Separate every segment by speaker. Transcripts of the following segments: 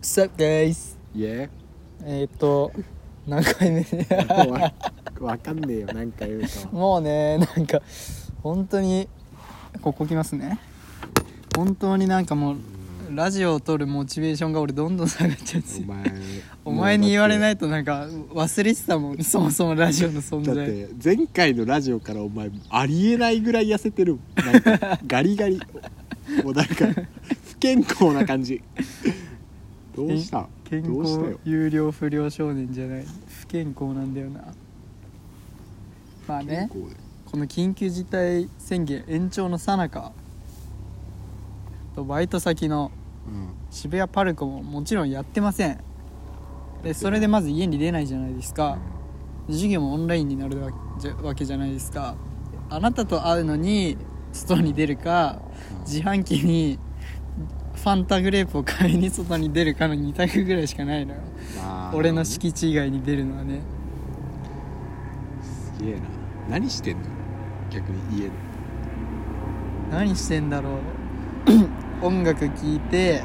Speaker 1: What's up, guys?
Speaker 2: いえ
Speaker 1: えーっと、何回目
Speaker 2: わわかんねえよ何か言うか
Speaker 1: もうね、なんか、本当に、ここ来ますね。本当になんかもう、ラジオを撮るモチベーションが俺どんどん下がっちゃっ
Speaker 2: お
Speaker 1: て。
Speaker 2: 前
Speaker 1: お前に言われないいとなんか忘れてたもん、そもそもラジオの存
Speaker 2: だっ
Speaker 1: 在。
Speaker 2: て前回のラジオからお前ありえないぐらい痩せてるなんかガリ ガリもうなんか不健康な感じどうした
Speaker 1: 健
Speaker 2: どうしたよ
Speaker 1: 康有料不良少年じゃない。不健康なんだよな。まあね。
Speaker 2: 健康
Speaker 1: この緊急事態宣言延長のさなかバイト先の渋谷パルコももちろんやってませんでそれでまず家に出ないじゃないですか授業もオンラインになるわじゃわけじゃないですかあなたと会うのに外に出るか自販機にファンタグレープを買いに外に出るかの2択ぐらいしかないのよ
Speaker 2: うんまあ
Speaker 1: 俺の敷地以外に出るのはね
Speaker 2: すげえな何してんの逆に家で
Speaker 1: 何してんだ ろう音楽聴いて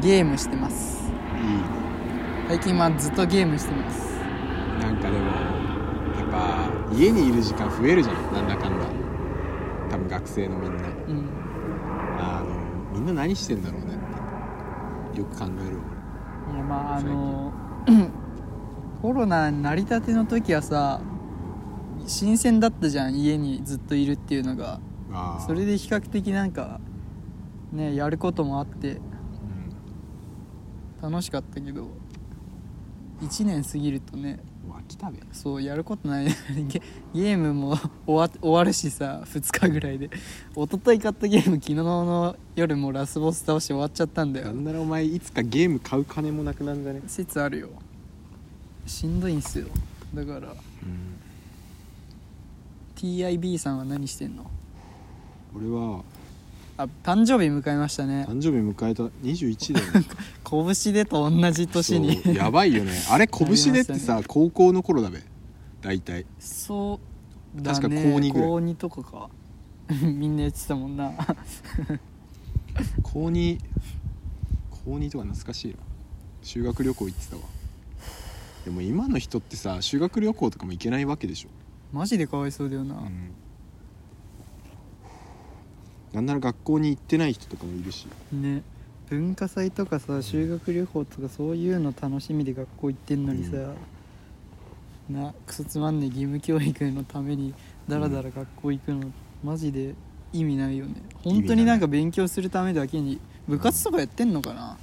Speaker 1: ゲームしてます
Speaker 2: いいね
Speaker 1: 最近はずっとゲームしてます
Speaker 2: なんかでもやっぱ家にいる時間増えるじゃんなんだかんだ多分学生のみんな
Speaker 1: うん
Speaker 2: あのみんな何してんだろうねってよく考えるわ
Speaker 1: いやまああの コロナになりたての時はさ新鮮だったじゃん家にずっといるっていうのが
Speaker 2: 俺あー
Speaker 1: それで比較的なんかねやることもあって
Speaker 2: うん
Speaker 1: 楽しかったけど1年過ぎるとね
Speaker 2: もう飽きたべ
Speaker 1: そうやることないゲ ゲームも 終わ終わるしさ2日ぐらいで一昨日買ったゲーム昨日の夜もうラスボス倒して終わっちゃったんだ
Speaker 2: な
Speaker 1: よ
Speaker 2: んならお前いつかゲーム買う金もなくなんじゃね
Speaker 1: 説あるよしんどいんすよだから TIB さんは何してんの
Speaker 2: 俺は
Speaker 1: あ誕生日迎えましたね
Speaker 2: 誕生日迎えた21だよ ね
Speaker 1: 拳でと同じ年に
Speaker 2: そうやばい よねあれ
Speaker 1: りました
Speaker 2: 拳
Speaker 1: ね
Speaker 2: でってさ、高校の頃だべ大体
Speaker 1: そうだね
Speaker 2: 確か高二ぐらい
Speaker 1: 高二とか かみんなやってたもんな
Speaker 2: 高2高2とか懐かしいな修学旅行行ってたわでも今の人ってさ修学旅行とかも行けないわけでしょ、
Speaker 1: マジでかわいそうだよな、
Speaker 2: うんなんなら学校に行ってない人とかもいるし
Speaker 1: ね文化祭とかさ修学旅行とかそういうの楽しみで学校行ってんのにさ、なクソつまんねえ義務教育のためにダラダラ学校行くの、マジで意味ないよね本当になんか勉強するためだけに部活とかやってんのかな、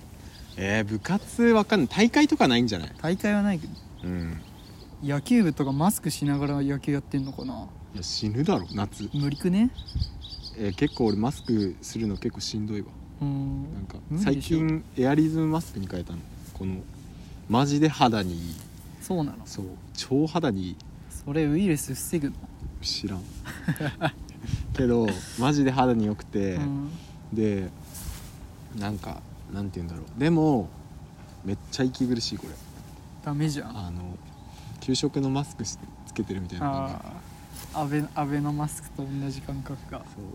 Speaker 2: えー、部活わかんない大会とかないんじゃない
Speaker 1: 大会はないけど
Speaker 2: うん
Speaker 1: 野球部とかマスクしながら野球やってんのかない
Speaker 2: や死ぬだろ夏、
Speaker 1: 無理くね
Speaker 2: えー結構俺マスクするの結構しんどいわ
Speaker 1: う
Speaker 2: なん
Speaker 1: ん
Speaker 2: か
Speaker 1: 無理
Speaker 2: 最
Speaker 1: でしょ
Speaker 2: 近エアリズムマスクに変えたのこのマジで肌にいい
Speaker 1: そうなの
Speaker 2: そう超肌にいい
Speaker 1: それウイルス防ぐの、
Speaker 2: 知 らんけどマジで肌に良くて、
Speaker 1: うん
Speaker 2: でなんかなんて言うんだろうでもめっちゃ息苦しいこれ
Speaker 1: ダメじゃん
Speaker 2: あの給食のマスクしつけてるみたいな感
Speaker 1: ああアベアベノマスクと同じ感覚か
Speaker 2: じそう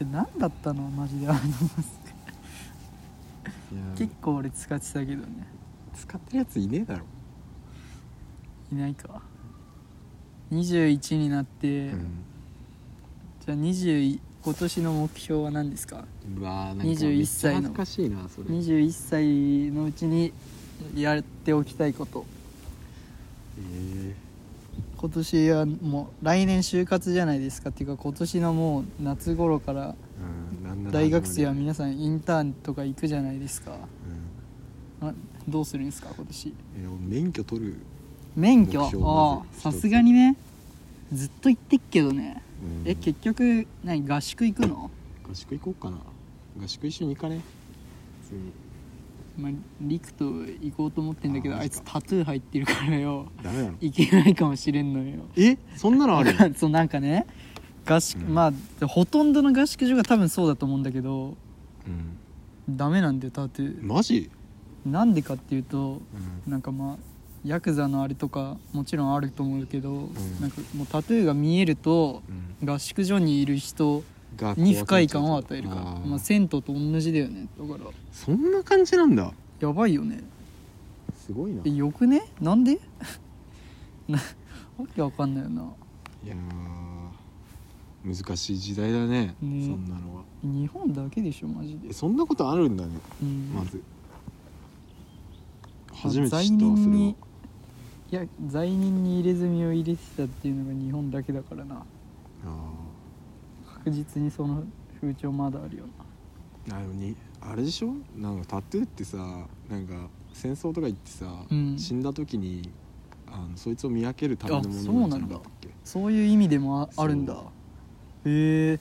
Speaker 1: え何だったのマジでアベノマスク
Speaker 2: いや
Speaker 1: 結構俺使ってたけどね
Speaker 2: 使ってるやついねえだろ、
Speaker 1: いないか21になって、
Speaker 2: うん
Speaker 1: じゃあ20今年の目標は何ですか
Speaker 2: うわーなんかめ
Speaker 1: 21
Speaker 2: っち
Speaker 1: 歳
Speaker 2: ゃ
Speaker 1: の
Speaker 2: 恥ずかしいなそれ
Speaker 1: 21歳のうちにやっておきたいこと
Speaker 2: え
Speaker 1: 今年はもう来年就活じゃないですかっていうか今年のもう夏頃から
Speaker 2: ーうんなんなら
Speaker 1: 大学生は皆さんインターンとか行くじゃないですか
Speaker 2: うん
Speaker 1: あどうするんですか今年
Speaker 2: えー免許取る、
Speaker 1: 免許
Speaker 2: 目標
Speaker 1: あ
Speaker 2: まず一つ
Speaker 1: あさすがにねずっと言ってっけどね
Speaker 2: うん
Speaker 1: え結局何合宿行くの、
Speaker 2: 合宿行こうかな合宿一緒に行かね普通に
Speaker 1: まあ、リクと行こうと思ってんだけどあ
Speaker 2: あマ
Speaker 1: い
Speaker 2: ジか
Speaker 1: つタトゥー入ってるからよ
Speaker 2: ダメなの
Speaker 1: 行けないかもしれんのよ
Speaker 2: えそんなのある
Speaker 1: そうなんかね合宿、
Speaker 2: うん
Speaker 1: まあほとんどの合宿所が多分そうだと思うんだけど
Speaker 2: うん
Speaker 1: ダメなんだよタトゥ
Speaker 2: マジ、
Speaker 1: ーなんでかっていうと
Speaker 2: うん
Speaker 1: なんかまあヤクザのあれとかもちろんあると思うけど、
Speaker 2: ん
Speaker 1: なんかもうタトゥーが見えると合宿所にいる人
Speaker 2: が
Speaker 1: に不快感を与えるから
Speaker 2: あー
Speaker 1: まあ、銭湯と同じだよねだから
Speaker 2: そんな感じなんだ
Speaker 1: やばいよね
Speaker 2: すごいな
Speaker 1: えよくねなんで なわけわかんないよない
Speaker 2: やー難しい時代だねそ
Speaker 1: ね
Speaker 2: んなのは
Speaker 1: 日本だけでしょマジで
Speaker 2: え、そんなことあるんだね
Speaker 1: うん
Speaker 2: まず初めて
Speaker 1: 罪
Speaker 2: 知ったわそ
Speaker 1: 人
Speaker 2: れ
Speaker 1: に
Speaker 2: はい
Speaker 1: や罪人に入れ墨を入れてたっていうのが日本だけだからな
Speaker 2: あ
Speaker 1: 確実にその風潮まだあるよな
Speaker 2: ーあでもにあれでしょなんかタトゥーってさなんか戦争とか行ってさ、
Speaker 1: うん
Speaker 2: 死んだ時にあのそいつを見分けるための
Speaker 1: あ
Speaker 2: も
Speaker 1: そう
Speaker 2: の
Speaker 1: な
Speaker 2: なんじゃ
Speaker 1: んだ
Speaker 2: なかったっけ
Speaker 1: そういう意味でもあ
Speaker 2: そう
Speaker 1: あるんだへえ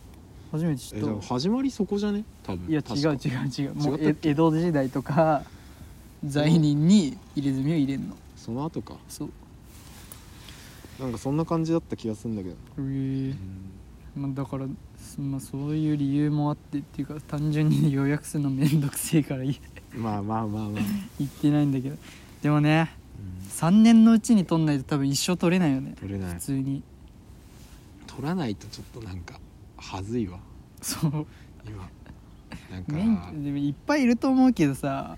Speaker 1: 初めて知
Speaker 2: え
Speaker 1: っ
Speaker 2: で
Speaker 1: た
Speaker 2: も始まりそこじゃね多分
Speaker 1: いや
Speaker 2: 確
Speaker 1: 違
Speaker 2: か
Speaker 1: う違う違うもう
Speaker 2: 違ったっ
Speaker 1: え
Speaker 2: け
Speaker 1: 江戸時代とか罪人に入れ墨を入れんの
Speaker 2: その後か
Speaker 1: そう
Speaker 2: なんかそんな感じだった気がするんだけどな、
Speaker 1: へえ、まあ、だから、そまあ、そういう理由もあってっていうか単純に予約するのめんどくせえからい
Speaker 2: まあまあまあまあ、
Speaker 1: 言ってないんだけどでもね
Speaker 2: うん
Speaker 1: 3年のうちに取んないと多分一生取れないよね
Speaker 2: 取れない
Speaker 1: 普通に
Speaker 2: 取らないとちょっとなんかはずいわ
Speaker 1: そう
Speaker 2: 今なんか、
Speaker 1: 免許でもいっぱいいると思うけどさ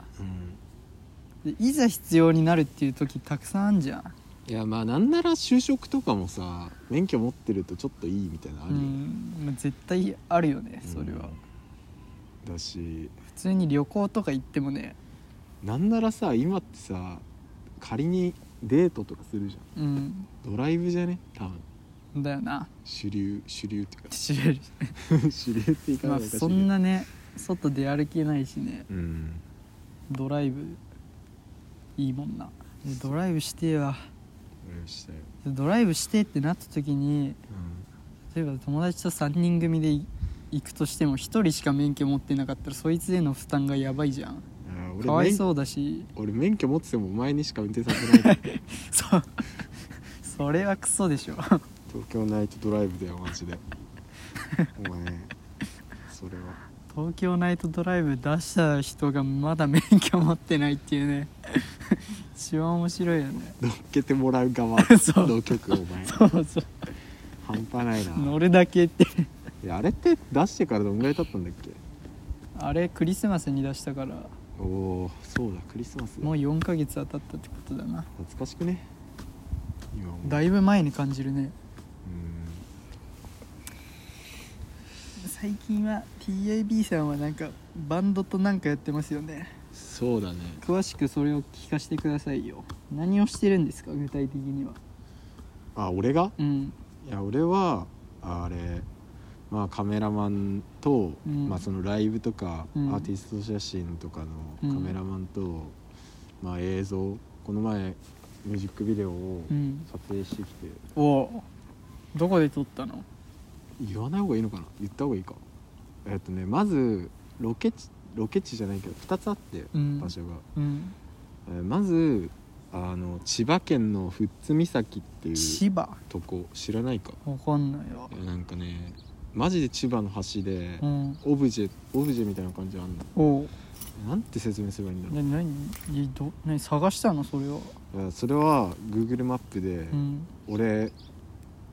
Speaker 2: うん、
Speaker 1: でいざ必要になるっていう時たくさんあんじゃん
Speaker 2: いやまあなんなら就職とかもさ免許持ってるとちょっといいみたいなのあ
Speaker 1: う
Speaker 2: るよ、
Speaker 1: ん、まあ、絶対あるよねそれは、
Speaker 2: うんだし
Speaker 1: 普通に旅行とか行ってもね
Speaker 2: なんならさ今ってさ仮にデートとかするじ
Speaker 1: うん
Speaker 2: ゃんドライブじゃね多分
Speaker 1: だ よな
Speaker 2: 主流主流っていうか
Speaker 1: 知れる
Speaker 2: 主流って言い方
Speaker 1: まあ
Speaker 2: がおかしいけど
Speaker 1: そんなね外出歩けないしね
Speaker 2: うん
Speaker 1: ドライブいいもんなドライブしてえわ
Speaker 2: 俺したよ、
Speaker 1: ドライブしてってなった時に例えば友達と3人組でい行くとしても1人しか免許持ってなかったらそいつへの負担がやばいじゃん
Speaker 2: うん、あー俺
Speaker 1: かわい
Speaker 2: 免
Speaker 1: そうだし
Speaker 2: 俺免許持っててもお前にしか運転させない
Speaker 1: そう それはクソでしょ
Speaker 2: 東京ナイトドライブだよマ ジでお前それは
Speaker 1: 東京ナイトドライブ出した人がまだ免許持ってないっていうね 一番面白いよね
Speaker 2: 乗っけてもらう側
Speaker 1: そう
Speaker 2: の曲お前
Speaker 1: そうそう
Speaker 2: 半端ないな
Speaker 1: 乗るだけって
Speaker 2: いやあれって出してからどんぐらい経ったんだっけ
Speaker 1: あれクリスマスに出したから
Speaker 2: おおそうだクリスマスだ
Speaker 1: もう4ヶ月は経ったってことだな
Speaker 2: 懐かしくね今思う
Speaker 1: だいぶ前に感じるね
Speaker 2: うん
Speaker 1: 最近は TIB さんはなんかバンドとなんかやってますよね
Speaker 2: そうだね
Speaker 1: 詳しくそれを聞かせてくださいよ何をしてるんですか具体的には
Speaker 2: あ俺が
Speaker 1: うん
Speaker 2: いや俺はあれまあカメラマンと、
Speaker 1: うん
Speaker 2: まあ、そのライブとか、
Speaker 1: うん
Speaker 2: アーティスト写真とか
Speaker 1: う
Speaker 2: の
Speaker 1: ん
Speaker 2: カメラマンと、まあ、映像この前ミュージックビデオを
Speaker 1: うん
Speaker 2: 撮影してきて、
Speaker 1: おおどこで撮ったの
Speaker 2: 言わない方がいいのかな言った方がいいかえっとねまずロケ地ロケ地じゃないけど2つあって
Speaker 1: うん
Speaker 2: 場所が、
Speaker 1: うん
Speaker 2: えーまずあの千葉県の富津岬っていう
Speaker 1: 千葉
Speaker 2: とこ知らないか
Speaker 1: わかんないよ
Speaker 2: えーなんかねマジで千葉の橋で、
Speaker 1: うん
Speaker 2: オブジェオブジェみたいな感じあんの
Speaker 1: おお
Speaker 2: なんて説明すればいいんだろ
Speaker 1: な何いど何探したのそれは
Speaker 2: ういやそれは Google マップで、
Speaker 1: うん
Speaker 2: 俺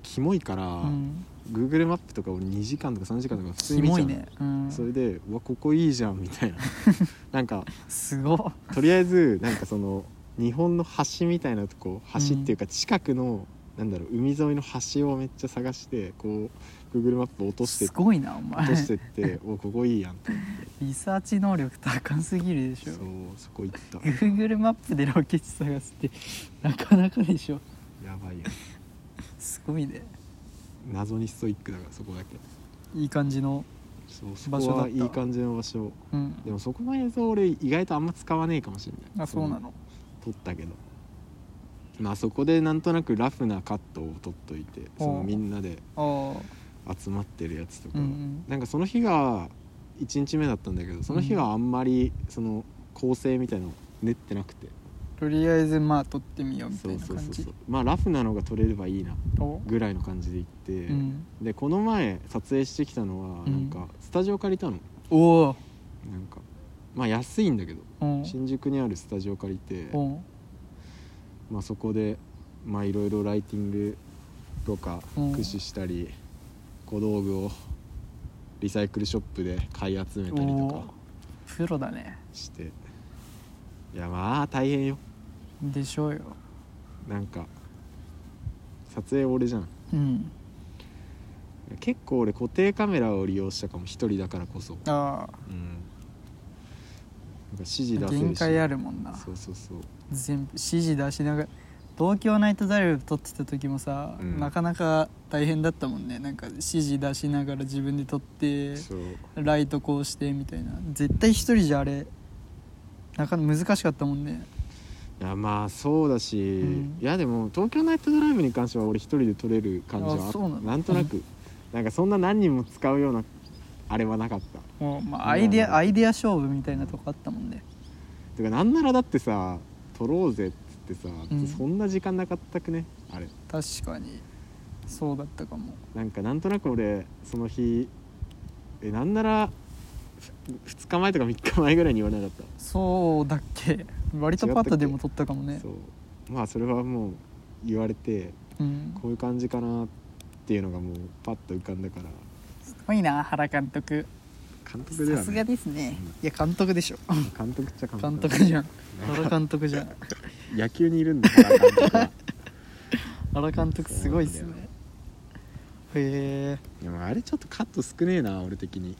Speaker 2: キモいから、
Speaker 1: うん、
Speaker 2: Google マップとか俺2時間とか3時間とか普通
Speaker 1: キ
Speaker 2: に見
Speaker 1: モ
Speaker 2: ちゃ
Speaker 1: いう
Speaker 2: の、
Speaker 1: ね、うん、
Speaker 2: それでうわここいいじゃんみたいな なんか
Speaker 1: すごっ
Speaker 2: とりあえずなんかその日本の橋みたいなとこ橋っていうか近くの、なんだろう海沿いの橋をめっちゃ探してこう Google マップ落として
Speaker 1: すごいなお前
Speaker 2: 落としてって おここいいやんって
Speaker 1: リサーチ能力高すぎるでし
Speaker 2: そう
Speaker 1: ょ
Speaker 2: そこ行った
Speaker 1: Google マップでロケ地探すってなかなかでしょ
Speaker 2: やばいよ
Speaker 1: すごいね
Speaker 2: 謎にストイックだからそこだけ
Speaker 1: いい感じの
Speaker 2: そうそ
Speaker 1: 場所
Speaker 2: こ
Speaker 1: だった
Speaker 2: はいい感じの場所
Speaker 1: うん
Speaker 2: でもそこの映像俺意外とあんま使わねえかもしれない
Speaker 1: あそうなの
Speaker 2: 撮ったけどまあそこでなんとなくラフなカットを撮っといてそのみんなで
Speaker 1: ああ
Speaker 2: 集まってるやつとか、
Speaker 1: うんうん
Speaker 2: なんかその日が1日目だったんだけどその日はあんまりその構成みたいの練ってなくて、
Speaker 1: とりあえずまあ撮ってみようみた
Speaker 2: そ
Speaker 1: いうな
Speaker 2: そう
Speaker 1: 感
Speaker 2: そう
Speaker 1: じ
Speaker 2: そうまあラフなのが撮れればいいな
Speaker 1: お
Speaker 2: ぐらいの感じで行って、
Speaker 1: うん
Speaker 2: でこの前撮影してきたのは
Speaker 1: う
Speaker 2: なんんかスタジオ借りたの、
Speaker 1: おお
Speaker 2: なんかまあ安いんだけど
Speaker 1: うん
Speaker 2: 新宿にあるスタジオ借りて、
Speaker 1: うん
Speaker 2: まあ、そこでまあいろいろライティングとか
Speaker 1: うん
Speaker 2: 駆使したり、小道具をリサイクルショップで買い集めたりと
Speaker 1: お
Speaker 2: か
Speaker 1: ープロだね
Speaker 2: していやまあ大変よ
Speaker 1: でしょうよ
Speaker 2: なんか撮影俺じゃん
Speaker 1: うん
Speaker 2: 結構俺固定カメラを利用したかも一人だからこそ、うん、なんか
Speaker 1: ああ
Speaker 2: 指示出せるし
Speaker 1: 限界あるもんな
Speaker 2: そうそうそう
Speaker 1: 全部指示出しながら東京ナイトダイブ撮ってた時もさ、
Speaker 2: うん
Speaker 1: なかなか大変だったもんねなんか指示出しながら自分で撮って
Speaker 2: そう
Speaker 1: ライトこうしてみたいな絶対一人じゃあれなかなか難しかったもんね
Speaker 2: いやまあそうだし、
Speaker 1: うん
Speaker 2: いやでも東京ナイトドライブに関しては俺一人で撮れる感じは
Speaker 1: あそうなんだ
Speaker 2: なんとなく、なんかそんな何人も使うようなあれはなかった
Speaker 1: もう、まあ、アイデアアイデア勝負みたいなとこあったもんね
Speaker 2: てかなんならだってさ撮ろうぜっつってさ、
Speaker 1: うん
Speaker 2: そんな時間なかったくねあれ
Speaker 1: 確かにそうだったかも
Speaker 2: なんかなんとなく俺その日えなんなら2日前とか3日前ぐらいに言われなかっ
Speaker 1: そうだっけ割とパッとでも撮ったかも
Speaker 2: た、
Speaker 1: ね
Speaker 2: そうまあそれはもう言われて
Speaker 1: うん
Speaker 2: こういう感じかなっていうのがもうパッと浮かんだから
Speaker 1: すごいな原監督
Speaker 2: 監督で
Speaker 1: さ
Speaker 2: は
Speaker 1: す
Speaker 2: な
Speaker 1: が
Speaker 2: い
Speaker 1: ですねいや監督でしょ
Speaker 2: 監督っちゃ監
Speaker 1: 監
Speaker 2: 督
Speaker 1: 督じゃん原監督じゃん
Speaker 2: 野球にいるんだ原監督 は
Speaker 1: 原監督すごいっす
Speaker 2: そうなんだ
Speaker 1: ねへえ
Speaker 2: でもあれちょっとカット少ねえな俺的に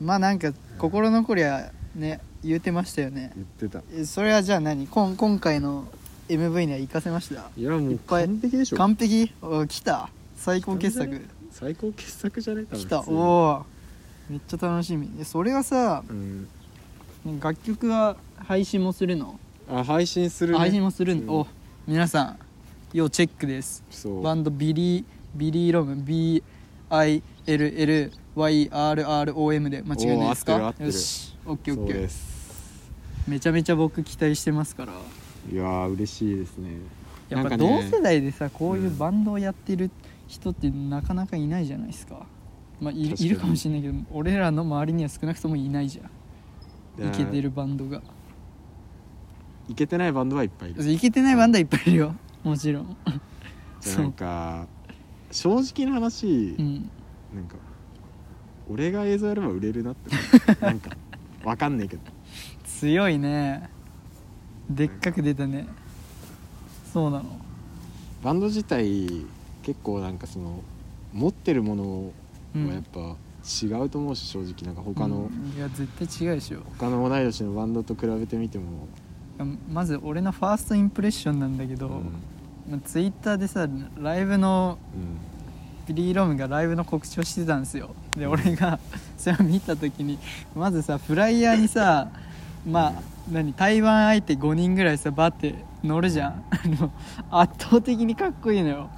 Speaker 1: まあなんか心残りはね言うてましたよね
Speaker 2: 言ってた
Speaker 1: えそれはじゃあ何こん今回の MV には活かせました
Speaker 2: いやも
Speaker 1: いうっぱい
Speaker 2: 完璧でしょ
Speaker 1: 完璧お来た最高傑作
Speaker 2: 最高傑作じゃねえ
Speaker 1: 来たおおめっちゃ楽しみえそれはさ
Speaker 2: うん
Speaker 1: 楽曲は配信もするの
Speaker 2: あ配信する、ね、
Speaker 1: 配信もするんだ、
Speaker 2: うん
Speaker 1: お皆さん要チェックです
Speaker 2: そう
Speaker 1: バンドビリービリーロム BILLYRROM で間違いないです
Speaker 2: おー
Speaker 1: か
Speaker 2: 合ってる合ってる
Speaker 1: よしオッケー
Speaker 2: そ
Speaker 1: オ
Speaker 2: う
Speaker 1: ッケ
Speaker 2: で
Speaker 1: ー
Speaker 2: す
Speaker 1: めちゃめちゃ僕期待してますから
Speaker 2: いやー嬉しいですね
Speaker 1: やっ
Speaker 2: な
Speaker 1: ぱ
Speaker 2: んかね
Speaker 1: 同世代でさこういううんバンドをやってる人ってなかなかいないじゃないですか、まあいる
Speaker 2: 確かに
Speaker 1: いるかもしれないけど俺らの周りには少なくともいないじゃんイケてるバンドが
Speaker 2: いけてないバンドはいっぱいいる
Speaker 1: イケてないバンドはいっぱいいるよもちろん
Speaker 2: じゃあ
Speaker 1: そ
Speaker 2: なん
Speaker 1: う
Speaker 2: か正直な話、
Speaker 1: うん
Speaker 2: なんか俺が映像やれば売れるなって なんかわかんないけど
Speaker 1: 強いねでっかく出たねそうなの
Speaker 2: バンド自体結構なんかその持ってるもの
Speaker 1: うん
Speaker 2: はやっぱ違うと思うし正直なんか他の、
Speaker 1: うんいや絶対違うでしょ
Speaker 2: 他の同い年のバンドと比べてみても、
Speaker 1: まず俺のファーストインプレッションなんだけど、
Speaker 2: うん
Speaker 1: ツイッターでさライブの
Speaker 2: うん
Speaker 1: ビリー・ロムがライブの告知をしてたんですよで俺が それを見た時にまずさフライヤーにさまあ何台湾相手5人ぐらいさバーって乗るじゃんあの圧倒的にかっこいいのよ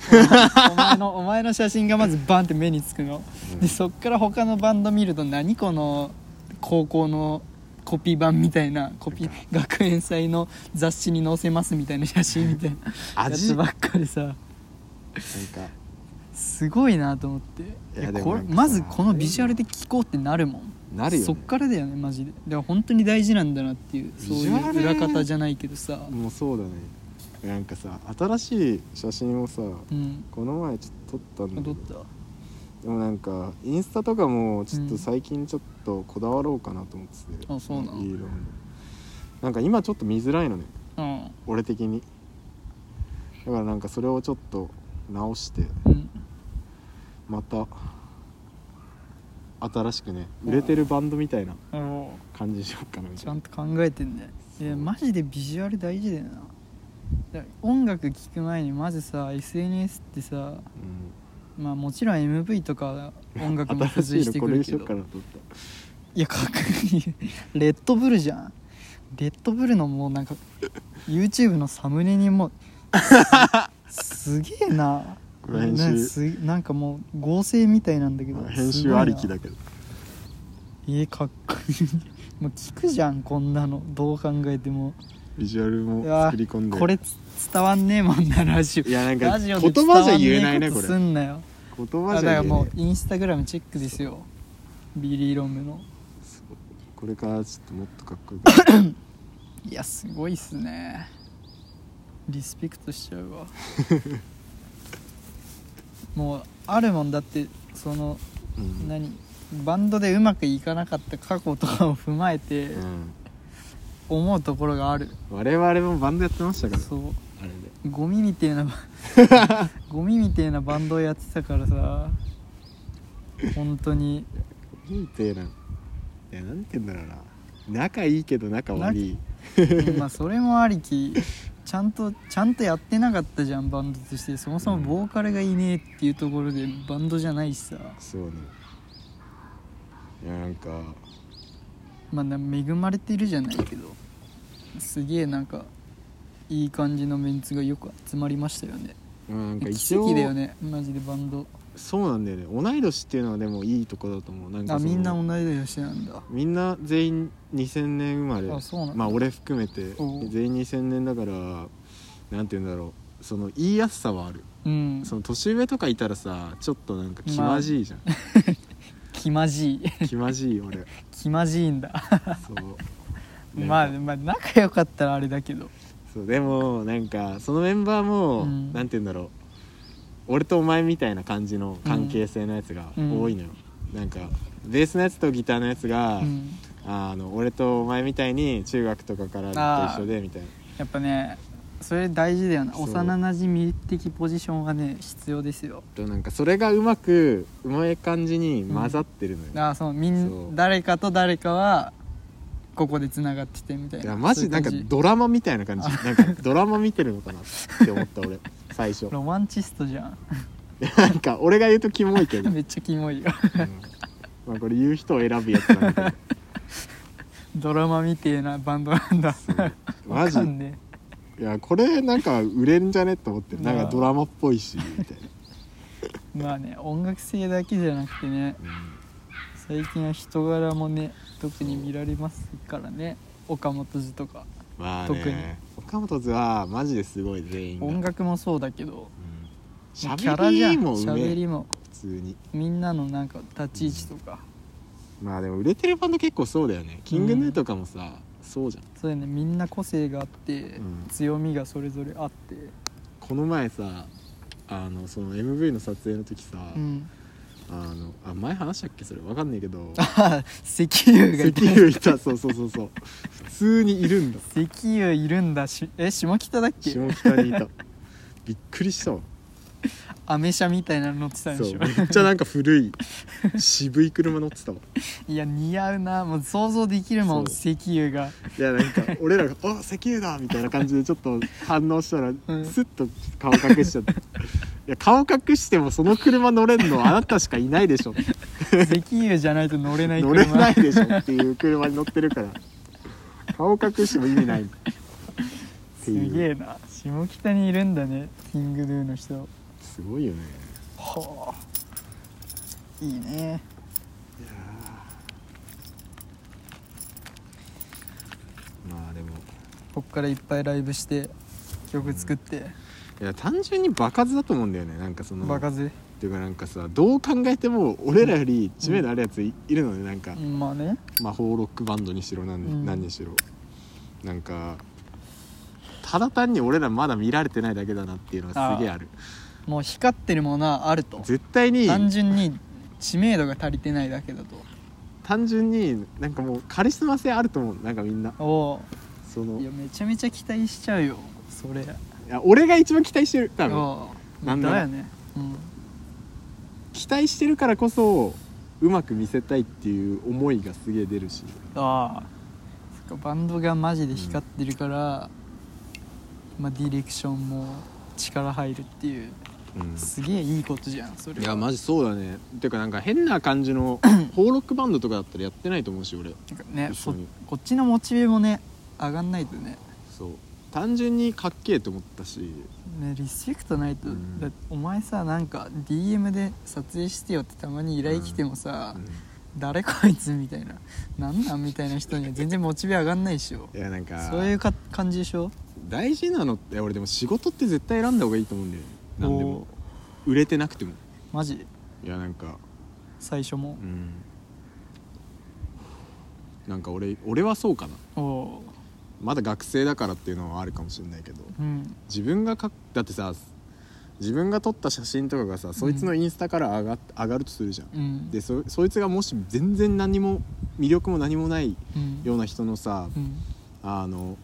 Speaker 1: お前のお前の写真がまずバンって目につくの
Speaker 2: うん
Speaker 1: でそっから他のバンド見ると何この高校のコピー版みたいなコピー学園祭の雑誌に載せますみたいな写真みたいなやつ
Speaker 2: 味
Speaker 1: ば
Speaker 2: なん
Speaker 1: っかりさ
Speaker 2: か
Speaker 1: すごいなと思って
Speaker 2: い
Speaker 1: い
Speaker 2: や
Speaker 1: や
Speaker 2: でも
Speaker 1: これ
Speaker 2: なんかさ
Speaker 1: まずこのビジュアルで聴こうってなるもん
Speaker 2: なるよ、ね、
Speaker 1: そっからだよねマジででも本当に大事なんだなっていうそう
Speaker 2: ビジュア
Speaker 1: い
Speaker 2: ル
Speaker 1: う裏方じゃないけどさ
Speaker 2: もうそうだねなんかさ新しい写真をさ
Speaker 1: うん
Speaker 2: この前ちょっと撮ったんだけ
Speaker 1: 戻
Speaker 2: ど
Speaker 1: った
Speaker 2: でもなんかインスタとかもちょっと最近ちょっとこだわろうかなと思ってて、
Speaker 1: うんあそうなの
Speaker 2: いい色なんか今ちょっと見づらいのね
Speaker 1: うん
Speaker 2: 俺的にだからなんかそれをちょっと直して
Speaker 1: うん
Speaker 2: また新しくね売れてるバンドみたいな
Speaker 1: あの
Speaker 2: 感じにしようかなみ
Speaker 1: ち
Speaker 2: た
Speaker 1: ゃ
Speaker 2: いなん
Speaker 1: と考えてんねいやマジでビジュアル大事だよなだから音楽聴く前にまずさ SNS ってさまあもちろん MV とか音楽
Speaker 2: うん
Speaker 1: も付
Speaker 2: 新
Speaker 1: 随
Speaker 2: しい
Speaker 1: して
Speaker 2: の
Speaker 1: く
Speaker 2: これ
Speaker 1: る
Speaker 2: に
Speaker 1: け
Speaker 2: しようか
Speaker 1: ど
Speaker 2: なと思った
Speaker 1: いや確認レッドブルじゃんレッドブルのもうなんか YouTube のサムネにもうすすげえな
Speaker 2: これ編集
Speaker 1: なすなんかもう合成みたいなんだけど
Speaker 2: まあ編集ありきだけど
Speaker 1: えかっこいい もう聞くじゃんこんなのどう考えても
Speaker 2: ビジュアルも
Speaker 1: いや
Speaker 2: 作り込んで
Speaker 1: これつ伝わんねえもんなラジオ
Speaker 2: いやなん
Speaker 1: ラ
Speaker 2: か
Speaker 1: ジオ
Speaker 2: 言
Speaker 1: で伝
Speaker 2: 葉
Speaker 1: わ
Speaker 2: じゃ
Speaker 1: ん
Speaker 2: 言えない
Speaker 1: ねえ
Speaker 2: ね
Speaker 1: こ
Speaker 2: ことれ
Speaker 1: す
Speaker 2: 言
Speaker 1: んなよ
Speaker 2: 葉
Speaker 1: だ
Speaker 2: じ
Speaker 1: から
Speaker 2: ゃ言えな
Speaker 1: も
Speaker 2: いう
Speaker 1: インスタグラムチェックですよビリー・ロムの
Speaker 2: そうこれからちょっともっとかっこよく
Speaker 1: いやすごいっすねリスペクトしちゃう わもうあるもんだってその
Speaker 2: うん
Speaker 1: 何バンドでうまくいかなかった過去とかを踏まえて
Speaker 2: うん
Speaker 1: 思うところがある、
Speaker 2: 我々もバンドやってましたから
Speaker 1: そ
Speaker 2: あれで
Speaker 1: うゴミみてえなゴミみてえなバンドをやってたからさ本当に
Speaker 2: いいてなんいやなんて言うんだろうな仲いいけど仲悪い
Speaker 1: まあそれもありきちゃんとちゃんとやってなかったじゃんバンドとしてそもそもボーカルがいねえっていうところでバンドじゃないしさ
Speaker 2: そうねいやなんか
Speaker 1: まあな恵まれてるじゃないけどすげえなんかいい感じのメンツがよく集まりましたよね
Speaker 2: うんなんか
Speaker 1: 奇
Speaker 2: 一応
Speaker 1: 跡だよねマジでバンド
Speaker 2: そうなんだよね同い年っていうのはでもいいとこだと思うなんか
Speaker 1: あ
Speaker 2: その
Speaker 1: みんな同じ年なんだ
Speaker 2: みんな全員2000年生まれ
Speaker 1: あそうなんだ
Speaker 2: まあ俺含めて
Speaker 1: おう
Speaker 2: 全員2000年だからなんて言うんだろうその言いやすさはある
Speaker 1: うん
Speaker 2: その年上とかいたらさちょっとなんか気まじいじゃん、
Speaker 1: 気まじい
Speaker 2: 気まじい俺
Speaker 1: 気まじいんだ
Speaker 2: そう
Speaker 1: まあ
Speaker 2: なんか
Speaker 1: まあ仲良かったらあれだけど
Speaker 2: そうでもなんかそのメンバーも、
Speaker 1: うん
Speaker 2: なんて言うんだろう俺とお前みたいな感じの関係性のやつが多いのよ、なんかベースのやつとギターのやつが、
Speaker 1: うん
Speaker 2: ああの俺とお前みたいに中学とかからずっと一緒でみたいな
Speaker 1: やっぱねそれ大事だよな
Speaker 2: そう
Speaker 1: 幼なじみ的ポジションがね必要ですよ
Speaker 2: となんかそれがうまくうまい感じに混ざってるのよ、
Speaker 1: ああそうみ
Speaker 2: そうん
Speaker 1: 誰かと誰かはここでつながっててみたい
Speaker 2: い
Speaker 1: な
Speaker 2: やマジ
Speaker 1: そうい
Speaker 2: な
Speaker 1: うん
Speaker 2: か
Speaker 1: 感じ
Speaker 2: ドラマみたいな感じなんかドラマ見てるのかなって思った俺最 初
Speaker 1: ロマンチストじゃん
Speaker 2: なんか俺が言うとキモいけど、う ん
Speaker 1: めっちゃキモいよ
Speaker 2: まあ、これ言う人を選ぶやつなんだけ
Speaker 1: ドラマみてえなバンドなんだ
Speaker 2: ど マ
Speaker 1: わ
Speaker 2: ジ
Speaker 1: かんね
Speaker 2: いやこれなんか売れるんじゃねって思ってるなん
Speaker 1: ま
Speaker 2: か
Speaker 1: あ
Speaker 2: ドラマっぽいしみたいな、
Speaker 1: えまあね音楽性だけじゃなくてね最近は人柄もね特に見られますからね岡本寺とか
Speaker 2: まあ
Speaker 1: 特に
Speaker 2: ね岡本図はマジですごい全員が
Speaker 1: 音楽もそうだけど
Speaker 2: うん
Speaker 1: キ
Speaker 2: 喋
Speaker 1: ャラじゃ
Speaker 2: り
Speaker 1: ん
Speaker 2: もうめ
Speaker 1: 喋
Speaker 2: え
Speaker 1: りも
Speaker 2: 普通に
Speaker 1: みんなのなんか立ち位置とか、
Speaker 2: まあでも売れてるバンド結構そうだよねキングヌーとかもさ、そうじゃん
Speaker 1: そうだよねみんな個性があって、
Speaker 2: ん
Speaker 1: 強みがそれぞれあって
Speaker 2: この前さあのその MV の撮影の時さ、
Speaker 1: うん
Speaker 2: あのあ前話したっけそれわかんないけど
Speaker 1: あ石油がい
Speaker 2: 石
Speaker 1: た
Speaker 2: 油いたそうそうそうそう普通にいるんだ
Speaker 1: 石油 いるんだしえ下北だっけ
Speaker 2: 下北にいたびっくりしたわ
Speaker 1: アメ車みたいなの乗ってたんで
Speaker 2: そ
Speaker 1: し
Speaker 2: う
Speaker 1: ょ
Speaker 2: めっちゃなんか古い渋い車乗ってたわ
Speaker 1: いや似合うなもう想像できるもん
Speaker 2: そ
Speaker 1: 石油が
Speaker 2: いやなんか俺らが「あ石油だ!」みたいな感じでちょっと反応したら、
Speaker 1: ん
Speaker 2: スッと顔隠しちゃ ったいや顔隠してもその車乗れるのあなたしかいないでしょ
Speaker 1: 石油じゃないと乗れない
Speaker 2: 乗
Speaker 1: 車
Speaker 2: れないでしょっていう車に乗ってるから顔隠しても意味ないって
Speaker 1: す
Speaker 2: いう
Speaker 1: げえな下北にいるんだねキングヌーの人
Speaker 2: すごいよね
Speaker 1: はあいいね
Speaker 2: いやーまあでも
Speaker 1: こっからいっぱいライブして曲作って、
Speaker 2: いや単純に場数だと思うんだよねなんかその
Speaker 1: バカぜ
Speaker 2: っていうかなんかさどう考えても俺らより知名度あるやつい,、るのねなんか、
Speaker 1: まあね
Speaker 2: 魔法ロックバンドにしろ何,、
Speaker 1: うん
Speaker 2: 何にしろなんかただ単に俺らまだ見られてないだけだなっていうのがすげえある
Speaker 1: もう光ってるものはあると
Speaker 2: 絶対に
Speaker 1: 単純に知名度が足りてないだけだと
Speaker 2: 単純になんかもうカリスマ性あると思うなんかみんな
Speaker 1: お
Speaker 2: そ
Speaker 1: お
Speaker 2: の
Speaker 1: い
Speaker 2: い
Speaker 1: やめちゃめちゃ期待しちゃうよそれ
Speaker 2: や俺が一番期待してる多分
Speaker 1: おう
Speaker 2: なんだろう
Speaker 1: だよねうん
Speaker 2: 期待してるからこそうまく見せたいっていう思いがすげえ出るし
Speaker 1: ああそっかバンドがマジで光ってるから、まあ、ディレクションも力入るっていう
Speaker 2: うん
Speaker 1: すげえいいことじゃんそれ
Speaker 2: い
Speaker 1: は
Speaker 2: やマジそうだねてかなんか変な感じ のホーロックバンドとかだったらやってないと思うし俺
Speaker 1: なんかね
Speaker 2: 一緒に
Speaker 1: ここっちのモチベもね上がんないとね
Speaker 2: そう単純にかっけえと思ったし
Speaker 1: ねリスペクトないと、
Speaker 2: うん
Speaker 1: だってお前さなんか DM で撮影してよってたまに依頼来てもさ、誰こいつみたいななんなんみたいな人には全然モチベ上がんないでしょ
Speaker 2: いやなんか
Speaker 1: そういうか感じでしょ
Speaker 2: 大事なのって俺でも仕事って絶対選んだ方がいいと思うんだよね何で
Speaker 1: お
Speaker 2: も売れてなくても
Speaker 1: マジ
Speaker 2: いやなんか
Speaker 1: 最初も
Speaker 2: う、んなんか俺俺はそうかな
Speaker 1: おお
Speaker 2: まだ学生だからっていうのはあるかもしれないけど
Speaker 1: ううん
Speaker 2: 自分がかっだってさ自分が撮った写真とかがさそいつのインスタから上がっ上がるとするじゃん、
Speaker 1: うん
Speaker 2: でそそいつがもし全然何も魅力も何もない
Speaker 1: うん
Speaker 2: ような人のさ
Speaker 1: うん
Speaker 2: あの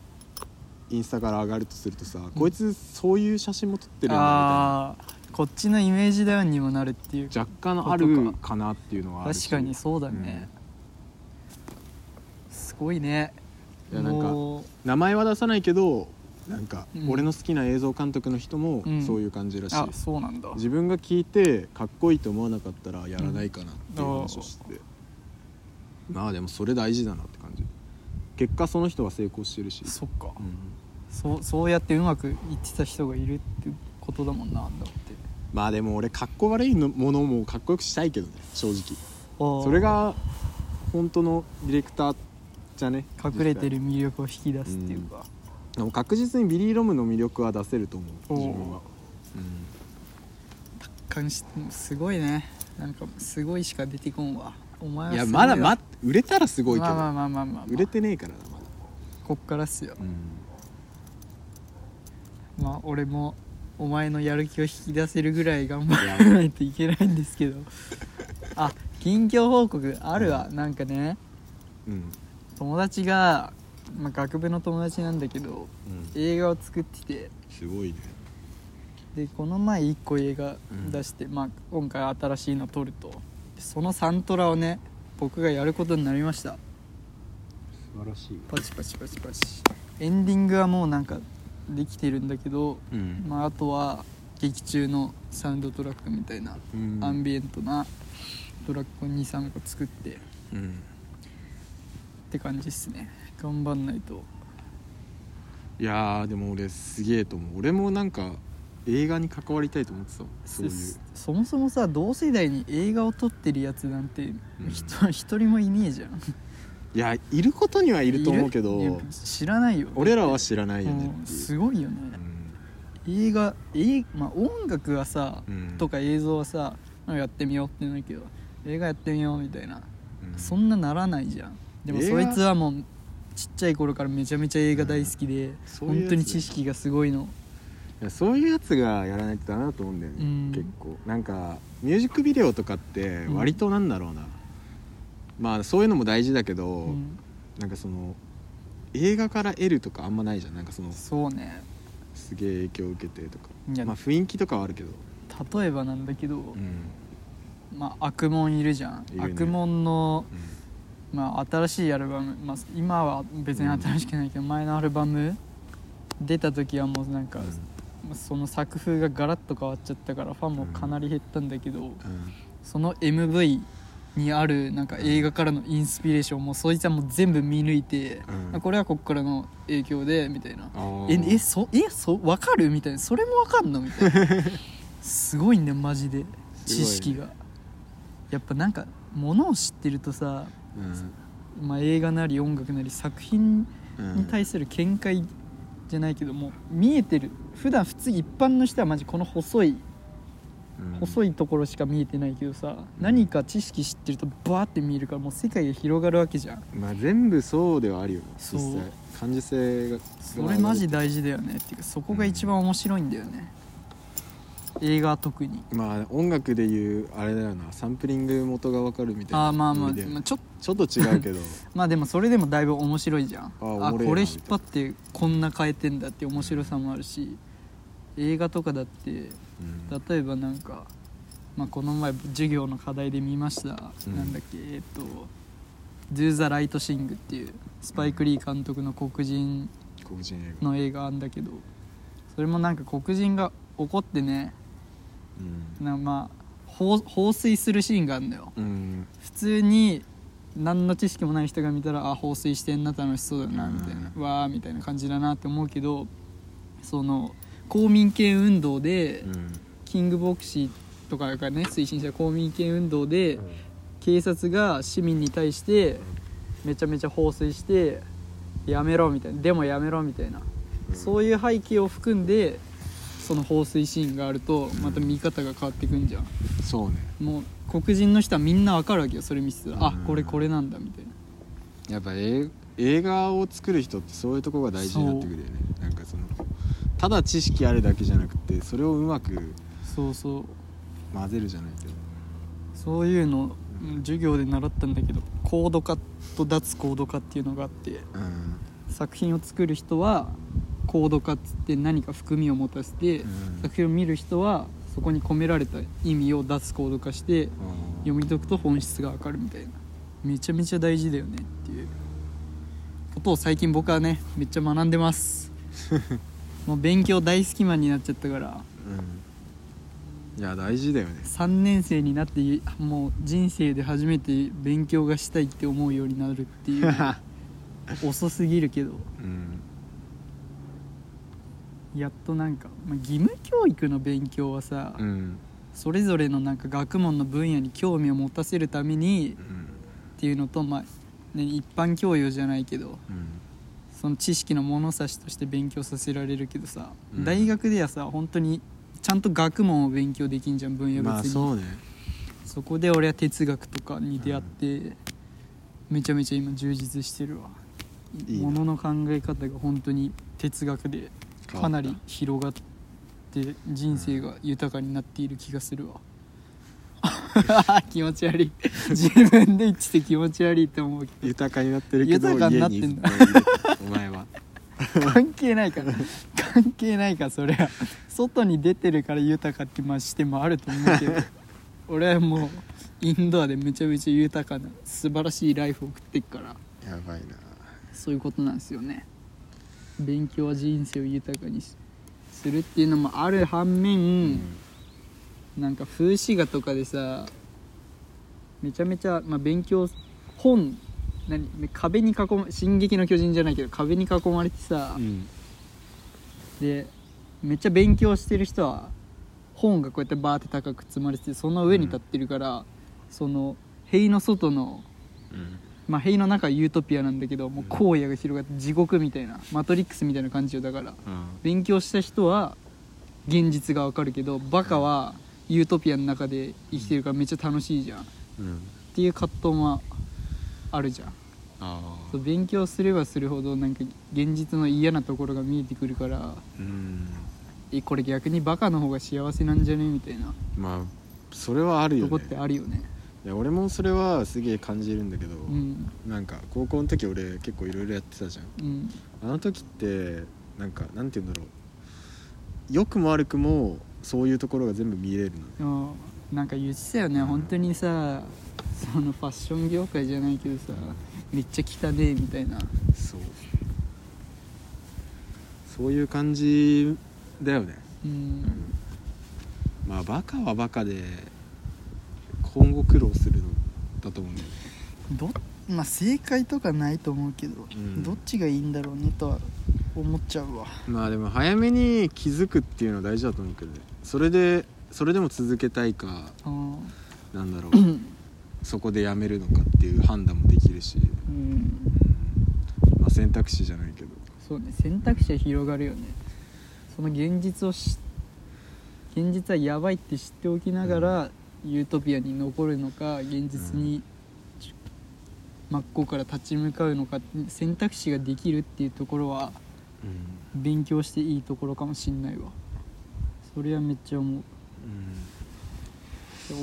Speaker 2: インスタから上がるとするとさ、こいつそういう写真も撮ってるよな
Speaker 1: ああこっちのイメージダウンにもなるっていう
Speaker 2: みたいな若干あるかなっていうのはあるし
Speaker 1: 確かにそうだね、すごいね
Speaker 2: いやなんか
Speaker 1: もう
Speaker 2: 名前は出さないけどなんか
Speaker 1: うん
Speaker 2: 俺の好きな映像監督の人も
Speaker 1: うん
Speaker 2: そういう感じらしい、
Speaker 1: あそうなんだ
Speaker 2: 自分が聞いてかっこいいと思わなかったらやらないかなっていう話をして、まあでもそれ大事だなって感じ結果その人は成功してるし、
Speaker 1: そっか
Speaker 2: うん
Speaker 1: そうそうやってうまくいってた人がいるってことだもんなだって
Speaker 2: まあでも俺かっこ悪いのものもかっこよくしたいけどね正直そ
Speaker 1: そ
Speaker 2: れが本当のディレクターじゃね
Speaker 1: 隠れてる魅力を引き出すっていうか、
Speaker 2: 実際でも確実にビリー・ロムの魅力は出せると思う
Speaker 1: おー
Speaker 2: 自分は、うん
Speaker 1: 感じすごいねなんかすごいしか出てこんわお前はい
Speaker 2: や
Speaker 1: すご
Speaker 2: まだま
Speaker 1: て
Speaker 2: 売れたらすごいけど、
Speaker 1: まあまあまあまあまあ、まあ、
Speaker 2: 売れてねえからなまだ、
Speaker 1: こっからっすよまあ俺もお前のやる気を引き出せるぐらい頑張らないといけないんですけどあ近況報告あるわ、なんかね
Speaker 2: うんうん
Speaker 1: 友達が、まあ、学部の友達なんだけど映画を作ってて
Speaker 2: すごいね
Speaker 1: でこの前1個映画出して、まあ、今回新しいの撮るとそのサントラをね僕がやることになりました
Speaker 2: 素晴らしい
Speaker 1: パチパチパチパチエンディングはもうなんかできてるんだけど、
Speaker 2: うん
Speaker 1: まあ、あとは劇中のサウンドトラックみたいな
Speaker 2: うん
Speaker 1: アンビエントなトラックを23個作ってっ
Speaker 2: うん
Speaker 1: て感じっすね頑張んないと
Speaker 2: いやーでも俺すげえと思う俺もなんか映画に関わりたいと思ってたもんそういう
Speaker 1: そそもそもさ同世代に映画を撮ってるやつなんて
Speaker 2: うん
Speaker 1: 人一、人もいねえじゃん
Speaker 2: いやいることにはいると思うけ
Speaker 1: いるい
Speaker 2: ど
Speaker 1: や知らないよ
Speaker 2: 俺らは知らないよね
Speaker 1: うん
Speaker 2: っていう
Speaker 1: すごいよね映画映まあ音楽はさ、
Speaker 2: うん
Speaker 1: とか映像はさやってみようってなるけど映画やってみようみたいな
Speaker 2: うん
Speaker 1: そんなならないじゃんでも
Speaker 2: 映
Speaker 1: そ
Speaker 2: 画
Speaker 1: いつはもうちっちゃい頃からめちゃめちゃ映画大好きで、
Speaker 2: そういうやつ
Speaker 1: 本当に知識がすごいの
Speaker 2: いやそういうやつがやらないとダメだと思うんだよね、
Speaker 1: うん
Speaker 2: 結構なんかミュージックビデオとかって割となんだろうな、まあそういうのも大事だけど、
Speaker 1: うん
Speaker 2: なんかその映画から得るとかあんまないじゃんなんかその
Speaker 1: そうね
Speaker 2: すげえ影響を受けてとか
Speaker 1: いや
Speaker 2: まあ雰囲気とかはあるけど、
Speaker 1: 例えばなんだけど、
Speaker 2: うん
Speaker 1: まあ悪門いるじゃん、
Speaker 2: いるね
Speaker 1: 悪門の
Speaker 2: うん
Speaker 1: まあ、新しいアルバム、まあ、今は別に新しくないけど、前のアルバム出た時はもうなんか、まあその作風がガラッと変わっちゃったからファンもかなり減ったんだけど、
Speaker 2: うん
Speaker 1: その MV にあるなんか映画からのインスピレーションもそいつはもう全部見抜いて、
Speaker 2: うん
Speaker 1: これはこっからの影響でみたいな
Speaker 2: あー
Speaker 1: ええそえそ分かるみたいなそれも分かんのみたいなすごいねマジで知識が、やっぱなんかものを知ってるとさ
Speaker 2: うん
Speaker 1: まあ、映画なり音楽なり作品
Speaker 2: うん
Speaker 1: に対する見解じゃないけども、見えてる普段普通一般の人はマジこの細い細
Speaker 2: い、
Speaker 1: いところしか見えてないけどさ、何か知識知ってるとバーって見えるからもう世界が広がるわけじゃん
Speaker 2: まあ、全部そうではあるよね
Speaker 1: そう
Speaker 2: 実際感受性が
Speaker 1: それマジ大事だよねっていうかそこが一番面白いんだよね、映画は特に
Speaker 2: まあ音楽でいうあれだよなサンプリング元が分かるみたいな
Speaker 1: ああまあまあ、
Speaker 2: ノリで
Speaker 1: まあ、ちょっ
Speaker 2: ちょっと違うけ ど
Speaker 1: まあでもそれでもだいぶ面白いじゃん
Speaker 2: あおもれえな
Speaker 1: あこれ引っ張ってこんな変えてんだって面白さもあるし映画とかだって
Speaker 2: うん
Speaker 1: 例えばなんか、まあ、この前授業の課題で見ました、
Speaker 2: うん
Speaker 1: なんだっけえっと「Do the Right Sing」っていうスパイク・リー監督の黒人
Speaker 2: 黒人映画
Speaker 1: の映画あんだけどそれもなんか黒人が怒ってね
Speaker 2: うん
Speaker 1: なまあ放放水するシーンがあるんだよ
Speaker 2: うん
Speaker 1: 普通に何の知識もない人が見たらあ放水してんな楽しそうだなみたいな、
Speaker 2: う
Speaker 1: わーみたいな感じだなって思うけどその公民権運動で、
Speaker 2: うん
Speaker 1: キングボクシーとかがね推進した公民権運動で
Speaker 2: うん
Speaker 1: 警察が市民に対してめちゃめちゃ放水してやめろみたいなでもやめろみたいな、そういう背景を含んでその放水シーンがあるとまた見方が変わってくんじゃん
Speaker 2: そうね
Speaker 1: もう黒人の人はみんなわかるわけよそれ見てたら、
Speaker 2: うん
Speaker 1: あこれこれなんだみたいな
Speaker 2: やっぱ映映画を作る人ってそういうとこが大事になってくるよねなんかそのただ知識あるだけじゃなくてそれをうまく
Speaker 1: そうそう
Speaker 2: 混ぜるじゃないけど
Speaker 1: そういうのうん授業で習ったんだけど高度化と脱高度化っていうのがあって
Speaker 2: うん
Speaker 1: 作品を作る人は高度化っつって何か含みを持たせて、
Speaker 2: うん
Speaker 1: 作品を見る人はそこに込められた意味を脱高度化して読み解くと本質がわかるみたいなめちゃめちゃ大事だよねっていうことを最近僕はねめっちゃ学んでます もう勉強大好きマンになっちゃったから
Speaker 2: うんいや大事だよ ね
Speaker 1: 3年生になってもう人生で初めて勉強がしたいって思うようになるって いう遅すぎるけど
Speaker 2: うん
Speaker 1: やっとなんか、まあ、義務教育の勉強はさ、
Speaker 2: うん
Speaker 1: それぞれのなんか学問の分野に興味を持たせるために
Speaker 2: うん
Speaker 1: っていうのと、まあね、一般教養じゃないけど
Speaker 2: うん
Speaker 1: その知識の物差しとして勉強させられるけどさ、
Speaker 2: うん
Speaker 1: 大学ではさ本当にちゃんと学問を勉強できんじゃん分野別に、
Speaker 2: まあそうね
Speaker 1: そこで俺は哲学とかに出会って、めちゃめちゃ今充実してるわ
Speaker 2: いいな
Speaker 1: ものの考え方が本当に哲学でかなり広がって人生が豊かになっている気がするわ 気持ち悪い自分で言ってて気持ち悪いって思うけ
Speaker 2: 豊かになってるけど
Speaker 1: 豊かにな
Speaker 2: 家
Speaker 1: って
Speaker 2: に
Speaker 1: ん
Speaker 2: ずっ
Speaker 1: だ
Speaker 2: といるお前は
Speaker 1: ど関係ないから関係ないからそれは外に出てるから豊かってまあしてもあると思うけど俺はもうインドアでめちゃめちゃ豊かな素晴らしいライフを送っていくから
Speaker 2: やばいな
Speaker 1: そういうことなんですよね勉強は人生を豊かにしするっていうのもある反面、なんか風刺画とかでさめちゃめちゃ、まあ、勉強本何壁に囲ま「進撃の巨人」じゃないけど壁に囲まれてさ、
Speaker 2: うん
Speaker 1: でめっちゃ勉強してる人は本がこうやってバーって高く積まれててその上に立ってるから、その塀の外の、
Speaker 2: うん
Speaker 1: まあ、塀の中はユートピアなんだけどもう
Speaker 2: うん
Speaker 1: 荒野が広がって地獄みたいなマトリックスみたいな感じよだから
Speaker 2: うん
Speaker 1: 勉強した人は現実がわかるけどバカはユートピアの中で生きてるからめっちゃ楽しいじゃんっ
Speaker 2: うん
Speaker 1: ていう葛藤もあるじゃん
Speaker 2: ああ
Speaker 1: そう勉強すればするほどなんか現実の嫌なところが見えてくるから
Speaker 2: うん
Speaker 1: えこれ逆にバカの方が幸せなんじゃねみたいな
Speaker 2: まあそれはあるよ
Speaker 1: とこっ
Speaker 2: ね
Speaker 1: てあるよね
Speaker 2: いや俺もそれはすげえ感じるんだけど、
Speaker 1: うん
Speaker 2: なんか高校の時俺結構いろいろやってたじゃん
Speaker 1: うん
Speaker 2: あの時ってなんかなんて言うんだろう良くも悪くもそういうところが全部見れるのね
Speaker 1: でもなんか言ってたよね本当にさそのファッション業界じゃないけどさめっちゃ汚ねえみたいな
Speaker 2: そうそういう感じだよね
Speaker 1: うん
Speaker 2: まあバカはバカで今後苦労するのだと思うんだよね
Speaker 1: どまあ正解とかないと思うけど、
Speaker 2: うん
Speaker 1: どっちがいいんだろうねとは思っちゃうわ
Speaker 2: まあでも早めに気づくっていうのは大事だと思うけどねそれでそれでも続けたいか
Speaker 1: うん
Speaker 2: なんだろうそこでやめるのかっていう判断もできるし、
Speaker 1: うん
Speaker 2: まあ、選択肢じゃないけど
Speaker 1: そうね選択肢は広がるよねその現実をし現実はやばいって知っておきながら、ユートピアに残るのか現実に真っ向から立ち向かうのか選択肢ができるっていうところは
Speaker 2: うん
Speaker 1: 勉強していいところかもしんないわそれはめっちゃ思う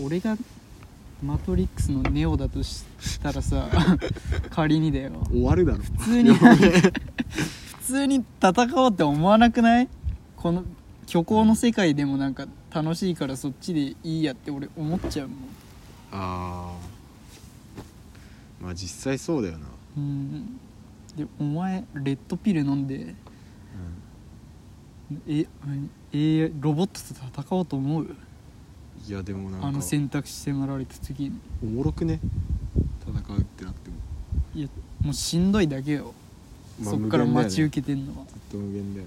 Speaker 1: 俺がマトリックスのネオだとしたら さ仮にだよ
Speaker 2: 終わるだろ
Speaker 1: 普通に普通に戦おうって思わなくないこの虚構の世界でもなんか楽しいからそっちでいいやって俺思っちゃうもん
Speaker 2: ああまあ実際そうだよな、
Speaker 1: うんでお前レッドピル飲んでええロボットと戦おうと思う
Speaker 2: いやでもな
Speaker 1: あ
Speaker 2: んか
Speaker 1: の選択肢迫られた時に
Speaker 2: おもろくね戦うってなっても、
Speaker 1: いやもうしんどいだけよ、
Speaker 2: まあ
Speaker 1: そっから
Speaker 2: 無限だよね
Speaker 1: 待ち受けてんのは
Speaker 2: ずっと無限で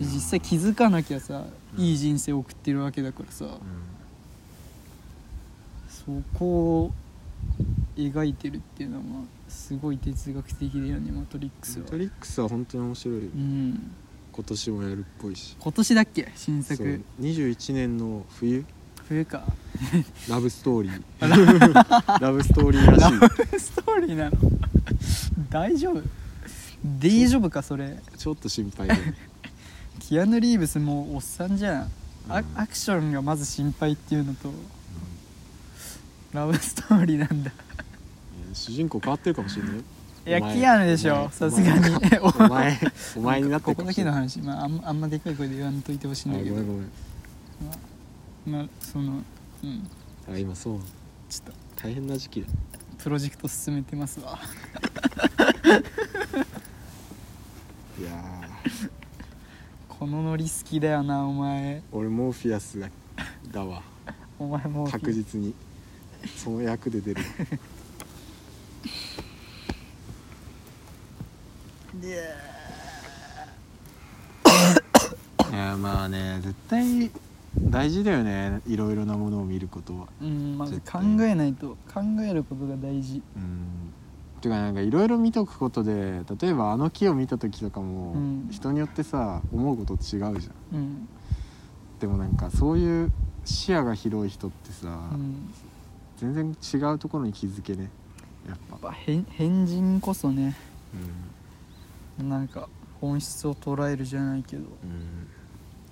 Speaker 1: 実際気づかなきゃさ、
Speaker 2: うん
Speaker 1: いい人生送ってるわけだからさ、
Speaker 2: う
Speaker 1: そこを描いてるっていうのはまあすごい哲学的だよね「マトリックス
Speaker 2: ん
Speaker 1: は
Speaker 2: ト」リックスは本当に面白いよ
Speaker 1: うん
Speaker 2: 今年もやるっぽいし
Speaker 1: 今年だっけ新
Speaker 2: そう
Speaker 1: 作
Speaker 2: 21年の冬
Speaker 1: 冬か
Speaker 2: ラブストーリー ラブストーリーらしい
Speaker 1: ストーリーなの 大丈夫大丈夫かそれ
Speaker 2: ちょっと心配だよね
Speaker 1: キアヌ・リーブスもうおっさんじゃん
Speaker 2: う
Speaker 1: ア
Speaker 2: ん
Speaker 1: アクションがまず心配っていうのとラブストーリーなんだ
Speaker 2: えー主人公変わってるかもしれないよ
Speaker 1: いや
Speaker 2: お前
Speaker 1: キアヌでし
Speaker 2: お
Speaker 1: ょ
Speaker 2: 前
Speaker 1: さすがに
Speaker 2: お前お前 お前になって
Speaker 1: こ
Speaker 2: る
Speaker 1: こ
Speaker 2: かも
Speaker 1: だ
Speaker 2: し
Speaker 1: け
Speaker 2: れ
Speaker 1: の
Speaker 2: ない
Speaker 1: 話、まあ、あんあんまでかい声で言わんといてほしいんだ
Speaker 2: あ
Speaker 1: け
Speaker 2: ご
Speaker 1: ど
Speaker 2: めんごめん
Speaker 1: まあそのうん
Speaker 2: あ今そう
Speaker 1: ちょっと
Speaker 2: 大変な時期だ
Speaker 1: プロジェクト進めてますわ
Speaker 2: いやー
Speaker 1: このノリ好きだよなお前
Speaker 2: 俺モーフィアスだだわ
Speaker 1: お前もう
Speaker 2: 確実にその役で出るわ
Speaker 1: いや
Speaker 2: いやまあね絶対大事だよねいろいろなものを見ることは
Speaker 1: うんまず
Speaker 2: 絶
Speaker 1: 考
Speaker 2: 対
Speaker 1: えないと考えることが大事
Speaker 2: うんてかなんかいろいろ見とくことで例えばあの木を見た時とかも、
Speaker 1: うん
Speaker 2: 人によってさ思うこと違うじゃん
Speaker 1: うん、
Speaker 2: でもなんかそういう視野が広い人ってさ、
Speaker 1: うん、
Speaker 2: 全然違うところに気づけねやっぱ
Speaker 1: やっぱ変変人こそね
Speaker 2: う
Speaker 1: なんか本質を捉えるじゃないけど
Speaker 2: ん、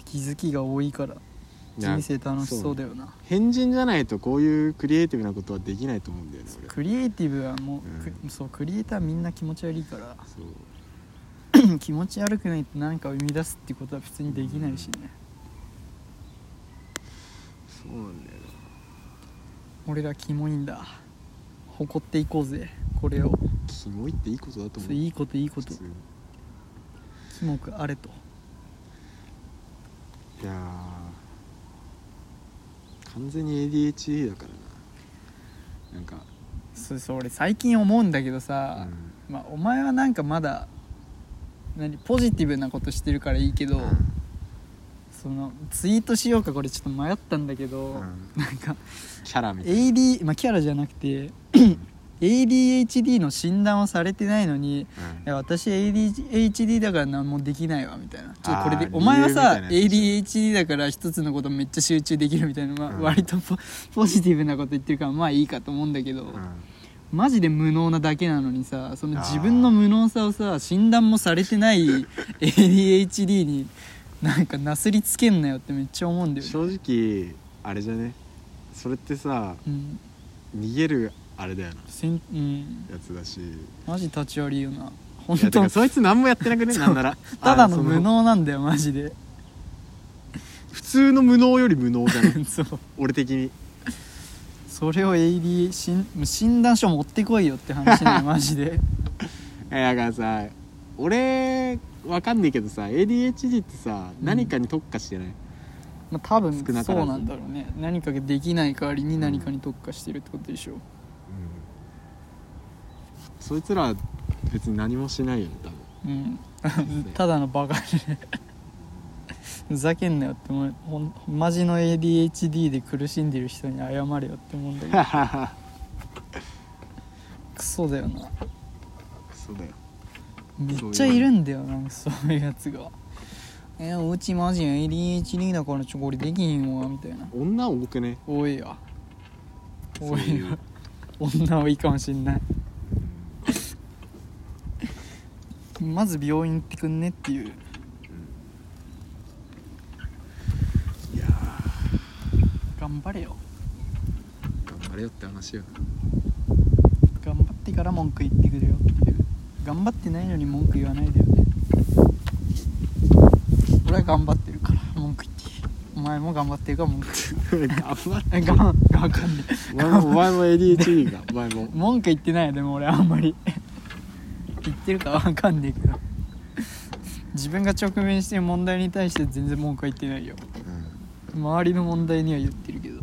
Speaker 1: 気づきが多いから
Speaker 2: いや
Speaker 1: 人生楽しそうだよな
Speaker 2: 変人じゃないとこういうクリエイティブなことはできないと思うんだよね俺
Speaker 1: クリエイティブはもう、
Speaker 2: うん
Speaker 1: くそうクリエイターみんな気持ち悪いから
Speaker 2: そう
Speaker 1: 気持ち悪くないと何かを生み出すってことは普通にできないしね、
Speaker 2: そうなんだよな
Speaker 1: 俺らキモいんだ誇っていこうぜこれを
Speaker 2: キモいっていいことだと
Speaker 1: そ
Speaker 2: 思
Speaker 1: うういいこといいこと
Speaker 2: 普通に
Speaker 1: キモくあれと
Speaker 2: いやー完全に ADHD だからななんか、
Speaker 1: そうそう俺最近思うんだけど
Speaker 2: う
Speaker 1: さ、
Speaker 2: ん
Speaker 1: まあ、お前はなんかまだ何ポジティブなことしてるからいいけど、そのツイートしようかこれちょっと迷ったんだけど、
Speaker 2: うん
Speaker 1: なんか
Speaker 2: キャラみたいな
Speaker 1: AD、まあ、キャラじゃなくて ADHD の診断をされてないのに「いや私 ADHD だから何もできないわ」みたいなちょっとこれ
Speaker 2: あ
Speaker 1: で
Speaker 2: ー
Speaker 1: お前はさ
Speaker 2: 理由みたいな
Speaker 1: ADHD だから一つのことめっちゃ集中できるみたいな、まあ
Speaker 2: うん
Speaker 1: 割とポ ポジティブなこと言ってるからまあいいかと思うんだけど、
Speaker 2: うんうん
Speaker 1: マジで無能なだけなのにさその自分の無能さをさ診断もされてない ADHD になんかなすりつけんなよってめっちゃ思うんだよね、
Speaker 2: 正直あれじゃねそれってさ
Speaker 1: うん
Speaker 2: 逃げるあれだよな
Speaker 1: せんうん、
Speaker 2: やつだし
Speaker 1: マジ立ち悪いよない本
Speaker 2: やて
Speaker 1: 当
Speaker 2: かそいつ何もやってなく ねなんなら
Speaker 1: ただ
Speaker 2: あそ
Speaker 1: の無能なんだよマジで
Speaker 2: 普通の無能より無能じゃない
Speaker 1: そう
Speaker 2: 俺的に
Speaker 1: それを AD 診診断書持ってこいよって話 ねマジで
Speaker 2: えだからさ俺わかんないけどさ ADHD ってさ
Speaker 1: うん
Speaker 2: 何かに特化してない、
Speaker 1: まあ多分
Speaker 2: 少なか
Speaker 1: そ
Speaker 2: らず
Speaker 1: うなんだろうね何かができない代わりに何かに特化してるってことでしょ、
Speaker 2: そいつらは別に何もしないよね多 分
Speaker 1: うん、ただのバカで ねふざけんなよって思うほんマジの ADHD で苦しんでる人に謝れよって思うんだけ どクソだよな
Speaker 2: そうだよ
Speaker 1: めっちゃいるんだよなんかそういうやつが「 えうちマジ ADHD だからちょこれできへんわ」みたいな
Speaker 2: 女多くね
Speaker 1: 「多いわ多
Speaker 2: そう
Speaker 1: いうわ女多いかもしんないまず病院行ってくんね」っていう
Speaker 2: いや
Speaker 1: 頑張れよ
Speaker 2: ー頑張れよって話よ
Speaker 1: 頑張ってから文句言ってくれよっていう頑張ってないのに文句言わないでよね俺は頑張ってるから文句言っていいお前も頑張ってるから文句
Speaker 2: 頑張っ
Speaker 1: 言ってがんがわかんね
Speaker 2: お前もお前も ADHD がお前も
Speaker 1: え文句言ってないよでも俺あんまり言ってるかわかんねえけど自分が直面してる問題に対して全然文句は言ってないよ周りの問題には言ってるけど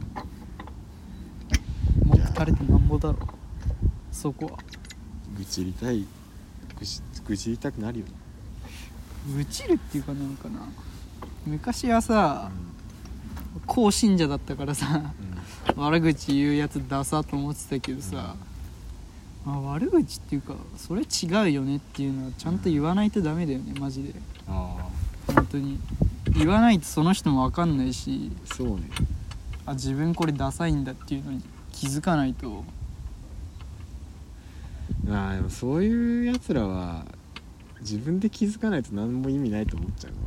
Speaker 1: 文句垂れてなんぼだろそこは
Speaker 2: 愚痴りたい愚痴愚痴りたくなるよね
Speaker 1: 愚痴るっていうかなんかな昔はさ高信者だったからさ悪口言うやつダサと思ってたけどさ、まあ、悪口っていうかそれ違うよねっていうのはちゃんと言わないとダメだよねマジで
Speaker 2: あ
Speaker 1: 本当に言わないとその人も分かんないし
Speaker 2: あそうね
Speaker 1: あ自分これダサいんだっていうのに気づかないと
Speaker 2: まあでもそういうやつらは自分で気づかないと何も意味ないと思っちゃうの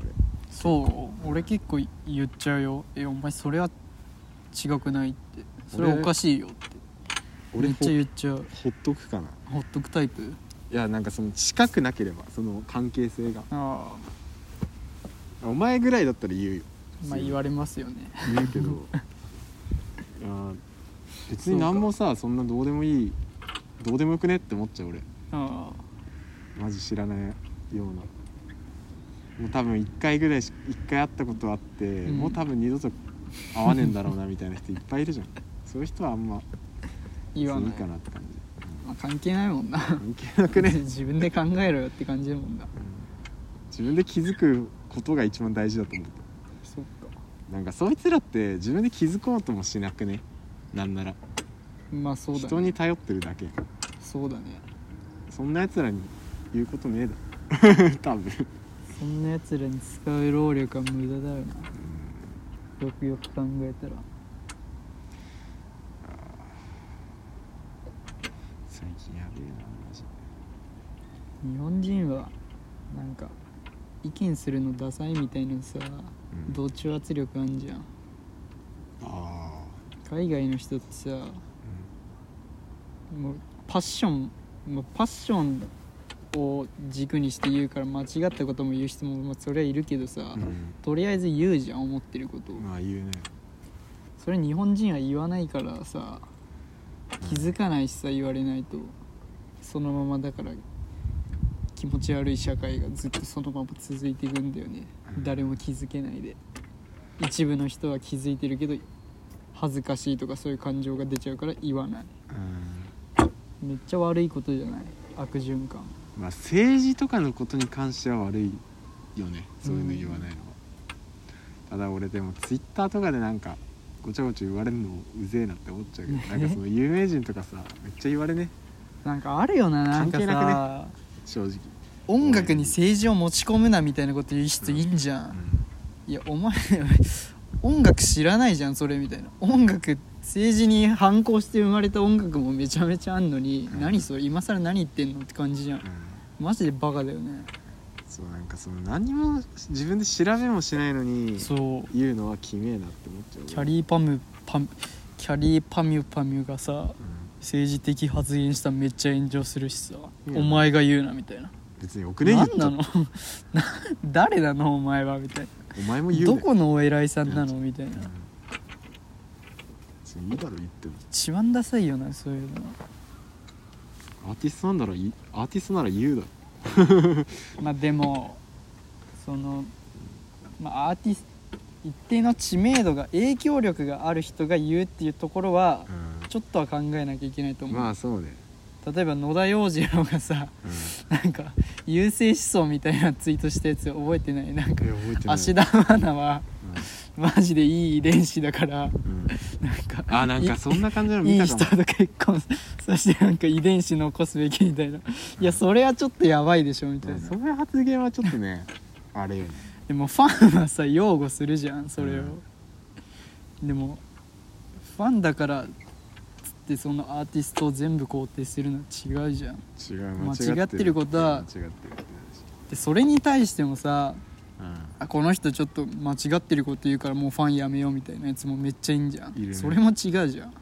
Speaker 1: そう俺結構言っちゃうよ「えお前それは違くない」って「それは
Speaker 2: 俺
Speaker 1: おかしいよ」ってめ
Speaker 2: 俺
Speaker 1: っ
Speaker 2: ほ
Speaker 1: ちゃ言っちゃう
Speaker 2: ほっとくかな
Speaker 1: ほっとくタイプ
Speaker 2: いやなんかその近くなければその関係性が
Speaker 1: あ
Speaker 2: お前ぐらいだったら言うよ
Speaker 1: あまあ言われますよね
Speaker 2: 言う けどいや別に何もさそんなどうでもいいどうでもよくねって思っちゃう俺
Speaker 1: あ
Speaker 2: マジ知らないようなもう多分1回ぐらいし1回会ったことあって、
Speaker 1: ん
Speaker 2: もう多分二度と会わねえんだろうなみたいな人いっぱいいるじゃんそういう人はあんま
Speaker 1: あ言わ
Speaker 2: 別に
Speaker 1: ない
Speaker 2: いかなって感じ
Speaker 1: まあ、関係ないもんな
Speaker 2: 関係なく ね
Speaker 1: 自分で考えろよって感じだもんな
Speaker 2: 自分で気づくことが一番大事だと思って
Speaker 1: そっ
Speaker 2: なんかそいつらって自分で気づこうともしなくねなんなら、
Speaker 1: かまあそうだね
Speaker 2: 人に頼ってるだけ
Speaker 1: そうだね
Speaker 2: そんな奴らに言うことねえだろ 多分
Speaker 1: そんなやつらに使う労力は無駄だよなよくよく考えたら
Speaker 2: 最近やべえなマジ
Speaker 1: 日本人はなんか意見するのダサいみたいなさ、
Speaker 2: うん
Speaker 1: 同調圧力あんじゃん
Speaker 2: あ
Speaker 1: 海外の人ってさ
Speaker 2: あ、
Speaker 1: もうパッションもうパッションを軸にして言うから間違ったことも言う人も、まあ、そりゃいるけどさ、
Speaker 2: うん
Speaker 1: とりあえず言うじゃん思ってることを
Speaker 2: まあ言うね
Speaker 1: それ日本人は言わないからさ気づかないしさ言われないとそのままだから気持ち悪い社会がずっとそのまま続いていくんだよね誰も気づけないで一部の人は気づいてるけど恥ずかしいとかそういう感情が出ちゃうから言わない
Speaker 2: うん
Speaker 1: めっちゃ悪いことじゃない悪循環
Speaker 2: まあ政治とかのことに関しては悪いよねそういうの言わないのは、ただ俺でもツイッターとかでなんかごちゃごちゃ言われるのうぜえなって思っちゃ うけどなんかその有名人とかさめっちゃ言われね
Speaker 1: なんかあるよななんか
Speaker 2: 関係な
Speaker 1: さ、
Speaker 2: 正直、
Speaker 1: 音楽に政治を持ち込むなみたいなこと言う人いんじゃんいやお前音楽知らないじゃんそれみたいな音楽政治に反抗して生まれた音楽もめちゃめちゃあんのに、
Speaker 2: うん
Speaker 1: 何それ今更何言ってんのって感じじゃん
Speaker 2: うん
Speaker 1: マジでバカだよね
Speaker 2: そうなんかその何も自分で調べもしないのに
Speaker 1: そう
Speaker 2: 言うのはきめえなって思っちゃう
Speaker 1: キャリーパムパムキャリーパミュパミュがさ
Speaker 2: うん
Speaker 1: 政治的発言したらめっちゃ炎上するしさ、
Speaker 2: うん
Speaker 1: お前が言うなみたいな
Speaker 2: 別に送れんよ
Speaker 1: 何なの な誰なのお前はみたい
Speaker 2: お前も
Speaker 1: な
Speaker 2: 言う
Speaker 1: ど
Speaker 2: ね
Speaker 1: このお偉いさんなのみたいな
Speaker 2: うん別にいいだろ言っても
Speaker 1: 一番ダサいよなそういうのは
Speaker 2: アーティストなんだろいアーティストなら言うだろ
Speaker 1: まあでもその、まあ、アーティス一定の知名度が影響力がある人が言うっていうところはちょっとは考えなきゃいけないと思う、
Speaker 2: まあそうね、
Speaker 1: 例えば野田洋次郎がさ
Speaker 2: うん、
Speaker 1: なんか優勢思想みたいなツイートしたやつ覚えてないなんか
Speaker 2: え覚えてない
Speaker 1: 芦田愛菜はマジでいい遺伝子だから
Speaker 2: うんうん
Speaker 1: なんか
Speaker 2: あなんかそんな感じの
Speaker 1: い
Speaker 2: 見
Speaker 1: い
Speaker 2: た
Speaker 1: 人
Speaker 2: かも
Speaker 1: と結婚そしてなんか遺伝子残すべきみたいないやそれはちょっとやばいでしょみたいな
Speaker 2: そういう発言はちょっとねあれよね
Speaker 1: でもファンはさ擁護するじゃんそれを、でもファンだからつってそのアーティストを全部肯定するのは違うじゃん
Speaker 2: 違う
Speaker 1: 間違ってることは
Speaker 2: 間違ってることだし
Speaker 1: でそれに対してもさ
Speaker 2: うん
Speaker 1: あこの人ちょっと間違ってること言うからもうファンやめようみたいなやつもめっちゃいいんじゃん
Speaker 2: いるね
Speaker 1: それも違うじゃん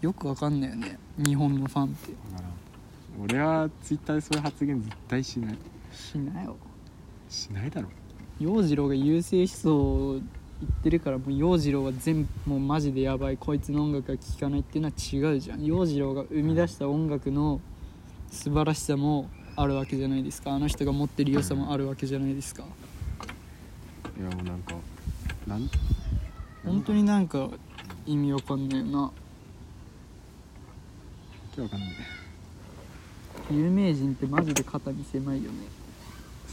Speaker 1: よくわかんないよね日本のファンって
Speaker 2: うんだから俺はツイッターでそういう発言絶対しない
Speaker 1: しなよ
Speaker 2: しないだろ
Speaker 1: 洋次郎が優勢思想を言ってるからもう洋次郎は全部もうマジでやばいこいつの音楽が聴かないっていうのは違うじゃん洋次郎が生み出した音楽の素晴らしさもあるわけじゃないですかあの人が持ってる良さもあるわけじゃないですか
Speaker 2: いやもうなんかなん
Speaker 1: 本当になんか意味わかんないよな
Speaker 2: わかんない
Speaker 1: 有名人ってマジで肩身狭いよね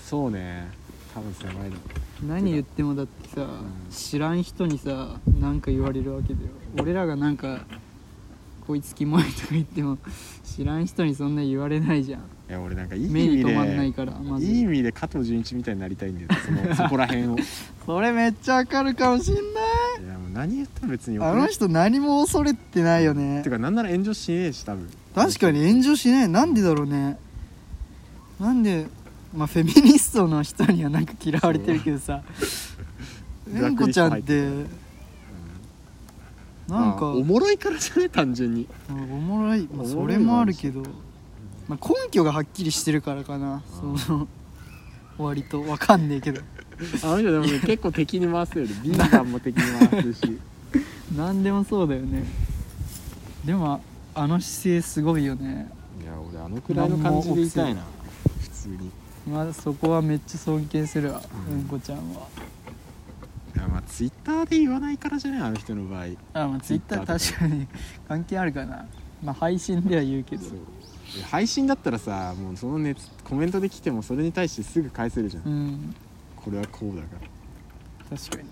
Speaker 2: そうね多分狭いだろ
Speaker 1: 何言ってもだってさ
Speaker 2: ん
Speaker 1: 知らん人にさ何か言われるわけだよ俺らがなんかこいつキモいとか言っても知らん人にそんな言われないじゃん
Speaker 2: いや俺なんかいい意
Speaker 1: 目に
Speaker 2: 味
Speaker 1: 留まんない
Speaker 2: で
Speaker 1: からまず
Speaker 2: いい意味で加藤純一みたいになりたいんだよそのそこら 辺をい
Speaker 1: それめっちゃわかるかもしんない
Speaker 2: やもう何言っても別によく
Speaker 1: あ
Speaker 2: ない
Speaker 1: の人何も恐れてないよね
Speaker 2: てかなんなら炎上しねえし多分
Speaker 1: 確かに炎上しないなんでだろうねなんでまあフェミニストの人にはなんか嫌われてるけどさ
Speaker 2: そう
Speaker 1: うんこちゃんってなん
Speaker 2: ま
Speaker 1: か
Speaker 2: あおもろいからじゃね単純 に
Speaker 1: うんおもろい、まあ、
Speaker 2: おもろい
Speaker 1: それもあるけど、まあ、根拠がはっきりしてるからかな
Speaker 2: うん
Speaker 1: その割とわかんねえ けど
Speaker 2: あの人でもね結構敵に回すよりビーガンも敵に回 すし
Speaker 1: 何でもそうだよねでもあの姿勢すごいよね
Speaker 2: いや俺あのくらいの感じでいたいな普通にい
Speaker 1: まあそこはめっちゃ尊敬するわ
Speaker 2: う
Speaker 1: うんんこちゃんは
Speaker 2: やまあツイッターで言わないからじゃねあの人の場合
Speaker 1: あまあツイッター
Speaker 2: Twitter と
Speaker 1: 確かに 関係あるかなまあ配信では言うけど
Speaker 2: そういや配信だったらさもうその熱コメントで来てもそれに対してすぐ返せるじゃん、
Speaker 1: うん
Speaker 2: これはこうだから
Speaker 1: 確かに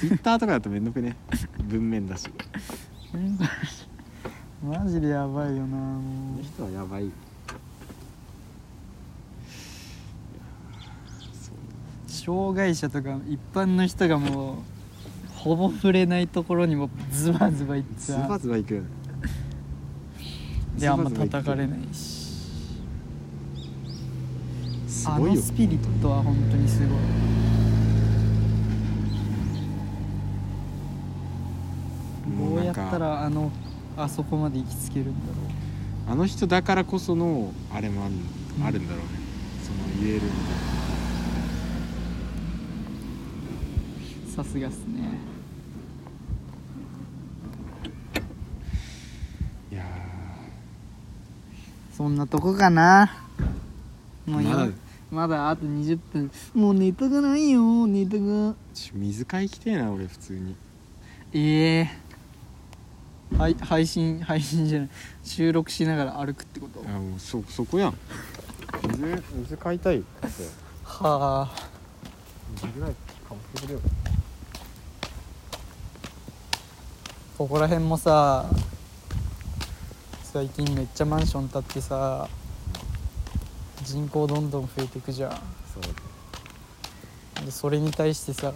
Speaker 2: ツイッターとかだとめんど くね文面だしこ
Speaker 1: うん マジでやばいよなも
Speaker 2: の
Speaker 1: う
Speaker 2: 人はやばいよいやーそう
Speaker 1: 障害者とか一般の人がもうほぼ触れないところにもズバズバいっ
Speaker 2: ズ
Speaker 1: ちゃ
Speaker 2: バ
Speaker 1: う
Speaker 2: ズバいくよね
Speaker 1: であんま
Speaker 2: ズバズバ
Speaker 1: 叩
Speaker 2: 行くよ
Speaker 1: かれないし
Speaker 2: す
Speaker 1: あ
Speaker 2: ごい
Speaker 1: の
Speaker 2: よ
Speaker 1: スピリットは本当にすごい
Speaker 2: も
Speaker 1: ど
Speaker 2: う
Speaker 1: う
Speaker 2: な
Speaker 1: やっ
Speaker 2: んか
Speaker 1: たらあのあそこまで行きつけるんだろう
Speaker 2: あの人だからこそのあれもある,、
Speaker 1: うん
Speaker 2: あるんだろうねその言えるみたい
Speaker 1: さすがっすね
Speaker 2: ないや
Speaker 1: そんなとこかなもう
Speaker 2: まだ
Speaker 1: よまだあと20分もうネタがないよネタが
Speaker 2: ーちょ水買いきてえな俺普通に
Speaker 1: ええはい配信配信じゃない収録しながら歩くってこと
Speaker 2: あもうそそこやん水水買いたいって
Speaker 1: はあ
Speaker 2: 水ぐらい買ってくれよ
Speaker 1: ここら辺もさ最近めっちゃマンション建ってさ人口どんどん増えてくじゃ
Speaker 2: そうん
Speaker 1: でそれに対してさ、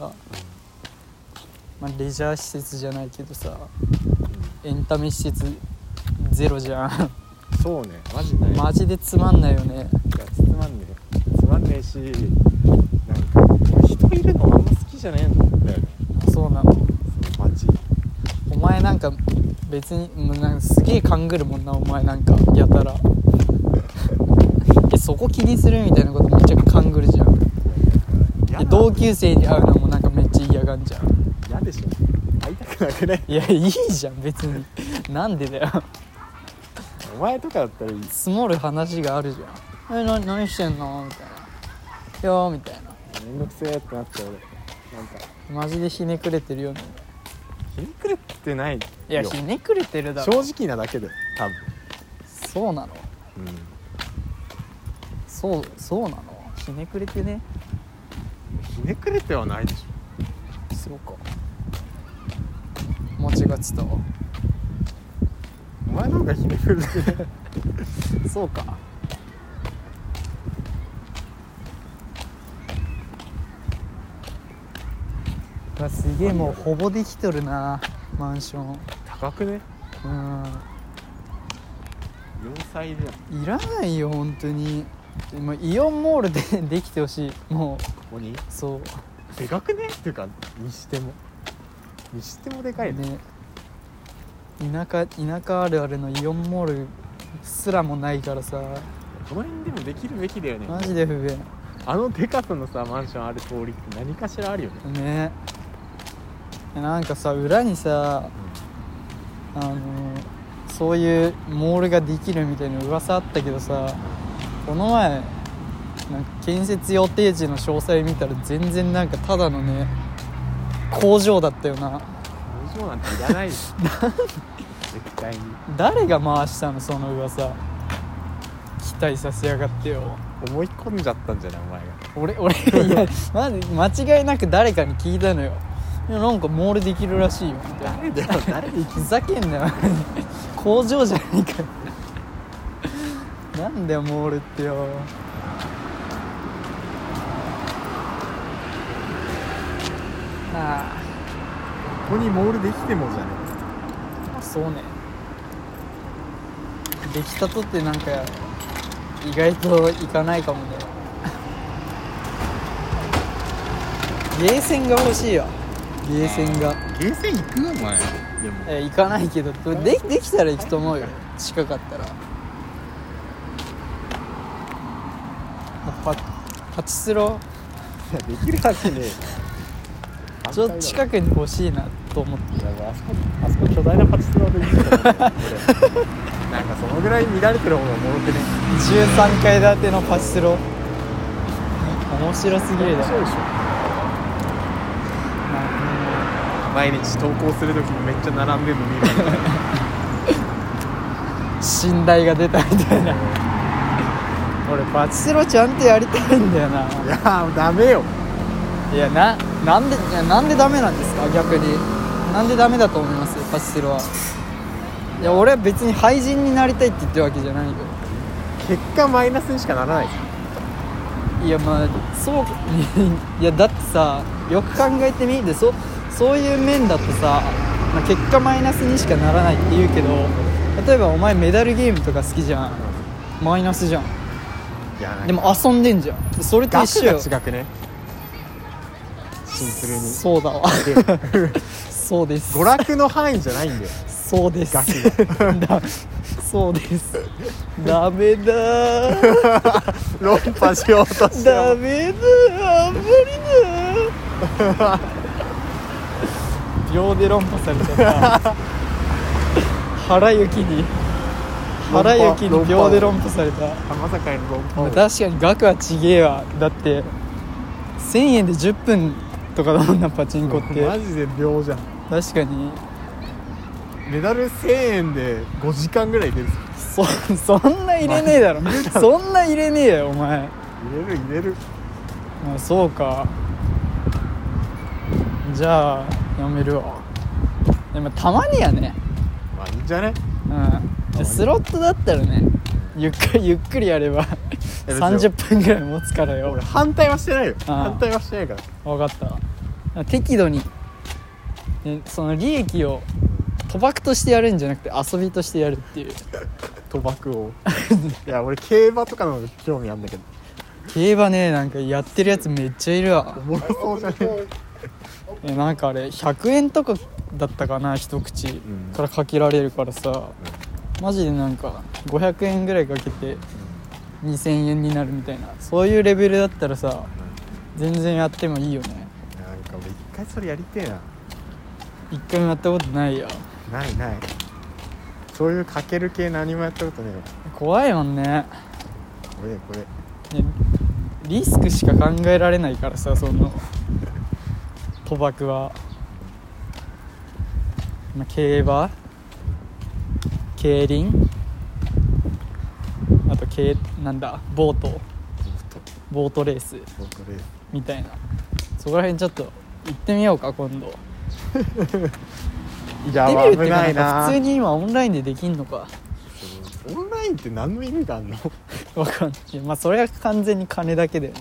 Speaker 1: まあ、レジャー施設じゃないけどさエンタメ施設ゼロじゃ ん
Speaker 2: そうねマジない
Speaker 1: マジでつまんないよね
Speaker 2: いやつまんねえつまんねえしなんか俺人いるのあんま好きじゃねえんだよね
Speaker 1: そうなの
Speaker 2: その街
Speaker 1: お前なんか別にもうなんかすげえ勘ぐるもんなお前なんかやたらえそこ気にするみたいなことめっちゃ勘ぐるじゃん
Speaker 2: 嫌
Speaker 1: で
Speaker 2: な
Speaker 1: 同級生に会うのもなんかめっちゃ嫌がんじゃん
Speaker 2: 嫌でしょ会いたくなくない
Speaker 1: いやいいじゃん別になんでだよ
Speaker 2: お前とかだったらいい
Speaker 1: 積もる話があるじゃん「えな何してんの?」みたいな「よー」みたいな
Speaker 2: めんどくせえってなって俺なんか
Speaker 1: マジでひねくれてるよね
Speaker 2: ひねくれてないよ
Speaker 1: いやひねくれてるだ
Speaker 2: 正
Speaker 1: ろ
Speaker 2: 直なだけで多分
Speaker 1: そうなの
Speaker 2: うん
Speaker 1: そうそうなのひねくれてね
Speaker 2: ひねくれてはないでし
Speaker 1: そうか間違ってたわ
Speaker 2: ょお前の方がひねくれてない
Speaker 1: そうかうわすげえもうほぼできとるなマンション
Speaker 2: 高くね
Speaker 1: う
Speaker 2: 4歳じゃん
Speaker 1: んいらないよ本当にもうイオンモールで できてほしいも
Speaker 2: ここに
Speaker 1: うそう
Speaker 2: でかくねっていうかにしてもにしてもでかいね
Speaker 1: ね田舎田舎あるあるのイオンモールすらもないからさ
Speaker 2: この辺でもできるべきだよね
Speaker 1: マジで不便
Speaker 2: あのデカさのさマンションある通りって何かしらあるよね
Speaker 1: ねなんかさ裏にさあのそういうモールができるみたいな噂あったけどさこの前なんか建設予定地の詳細見たら全然なんかただのね工場だったよな
Speaker 2: 工場なんていらない でしょ絶対に
Speaker 1: 誰が回したのその噂期待させやがってよ
Speaker 2: 思い込んじゃったんじゃないお前が
Speaker 1: 俺俺いやまず間違いなく誰かに聞いたのよいやなんかモールできるらしいよみたいな
Speaker 2: 誰だよ誰に
Speaker 1: ふざけんなよ工場じゃねえかよなんだよモールってよあ
Speaker 2: ここにモールできてもじゃね
Speaker 1: あそうねできたとってなんか意外といかないかもね
Speaker 2: え
Speaker 1: ゲーセンが欲しいよゲーセンが
Speaker 2: ゲーセン行くお前でも
Speaker 1: え行かないけどこれでできたら行くと思うよ近かったらパパチスロ
Speaker 3: できるわけねえよ
Speaker 1: ちょっと近くに欲しいなと思って
Speaker 3: いやもうあそこあそこ巨大なパチスロでいいからなんかそのぐらい見られてる方がおもろくね
Speaker 1: 13階建てのパチスロ面白すぎるだろ
Speaker 3: でしょ毎日投稿する時もめっちゃ並んでるの見る わけ
Speaker 1: 寝台が出たみたいな俺パチスロちゃんとやりたいんだよない
Speaker 3: やーダメよ
Speaker 1: いやななんでいやなんでダメなんですか逆になんでダメだと思いますパチスロはいや俺は別に廃人になりたいって言ってるわけじゃないよ
Speaker 3: 結果マイナスにしかならないじ
Speaker 1: いやまあそういやだってさよく考えてみでそそういう面だとさ、まあ、結果マイナスにしかならないって言うけど例えばお前メダルゲームとか好きじゃんマイナスじゃん
Speaker 3: ゃんいやなんか
Speaker 1: でも遊んでんじゃんそれと一緒
Speaker 3: 額
Speaker 1: よ
Speaker 3: が違くねシンプルに
Speaker 1: そうだわそうです
Speaker 3: 娯楽の範囲じゃないんだよ
Speaker 1: そうです
Speaker 3: ガ キ
Speaker 1: だそうですダメだ ー
Speaker 3: 論破しよう として
Speaker 1: ダ
Speaker 3: も
Speaker 1: メだー無理だー秒で論破されちゃった腹雪に
Speaker 3: 論破
Speaker 1: 腹雪に秒で
Speaker 3: 論
Speaker 1: 論破された
Speaker 3: まさかの論破を
Speaker 1: 確かに額はちげえわだって1000円で10分とかだもんなパチンコって
Speaker 3: マジで秒じゃん
Speaker 1: 確かに
Speaker 3: メダル1000円で5時間ぐらい出るぞ
Speaker 1: そ そんな入れねえだろそんな入れねえよお前
Speaker 3: 入れる入れる
Speaker 1: あそうかじゃあやめるわでもたまにやね
Speaker 3: まあいいんじゃね
Speaker 1: うんスロットだったらねゆっくり ゆっくりやれば
Speaker 3: 別に
Speaker 1: 30分ぐらい持つからよ
Speaker 3: 俺反対はしてないよ
Speaker 1: ああ
Speaker 3: 反対はしてないから
Speaker 1: 分かった適度に、ね、その利益を賭博としてやるんじゃなくて遊びとしてやるっていう
Speaker 3: 賭博をいや俺競馬とかの方が興味あんだけど
Speaker 1: 競馬ねなんかやってるやつめっちゃいるわ
Speaker 3: おもろそうじゃね
Speaker 1: えなんかあれ100円とかだったかな一口
Speaker 3: ん
Speaker 1: からかけられるからさ、マジでなんか500円ぐらいかけて2000円になるみたいなそういうレベルだったらさ全然やってもいいよね
Speaker 3: なんか俺一回それやりてえな
Speaker 1: 一回もやったことないよ
Speaker 3: ないないそういうかける系何もやったことねえわ
Speaker 1: 怖いもんね
Speaker 3: これこれ
Speaker 1: ねリスクしか考えられないからさその賭博は、まあ、競馬競輪あと競なんだボートボートレース
Speaker 3: ボートレース
Speaker 1: みたいなそこら辺ちょっと行ってみようか今度
Speaker 3: いや
Speaker 1: デビューってな
Speaker 3: 危なんい
Speaker 1: か
Speaker 3: な
Speaker 1: 普通に今オンラインでできんのか
Speaker 3: オンラインって何の意味があんの
Speaker 1: わかんないまあそれは完全に金だけだよね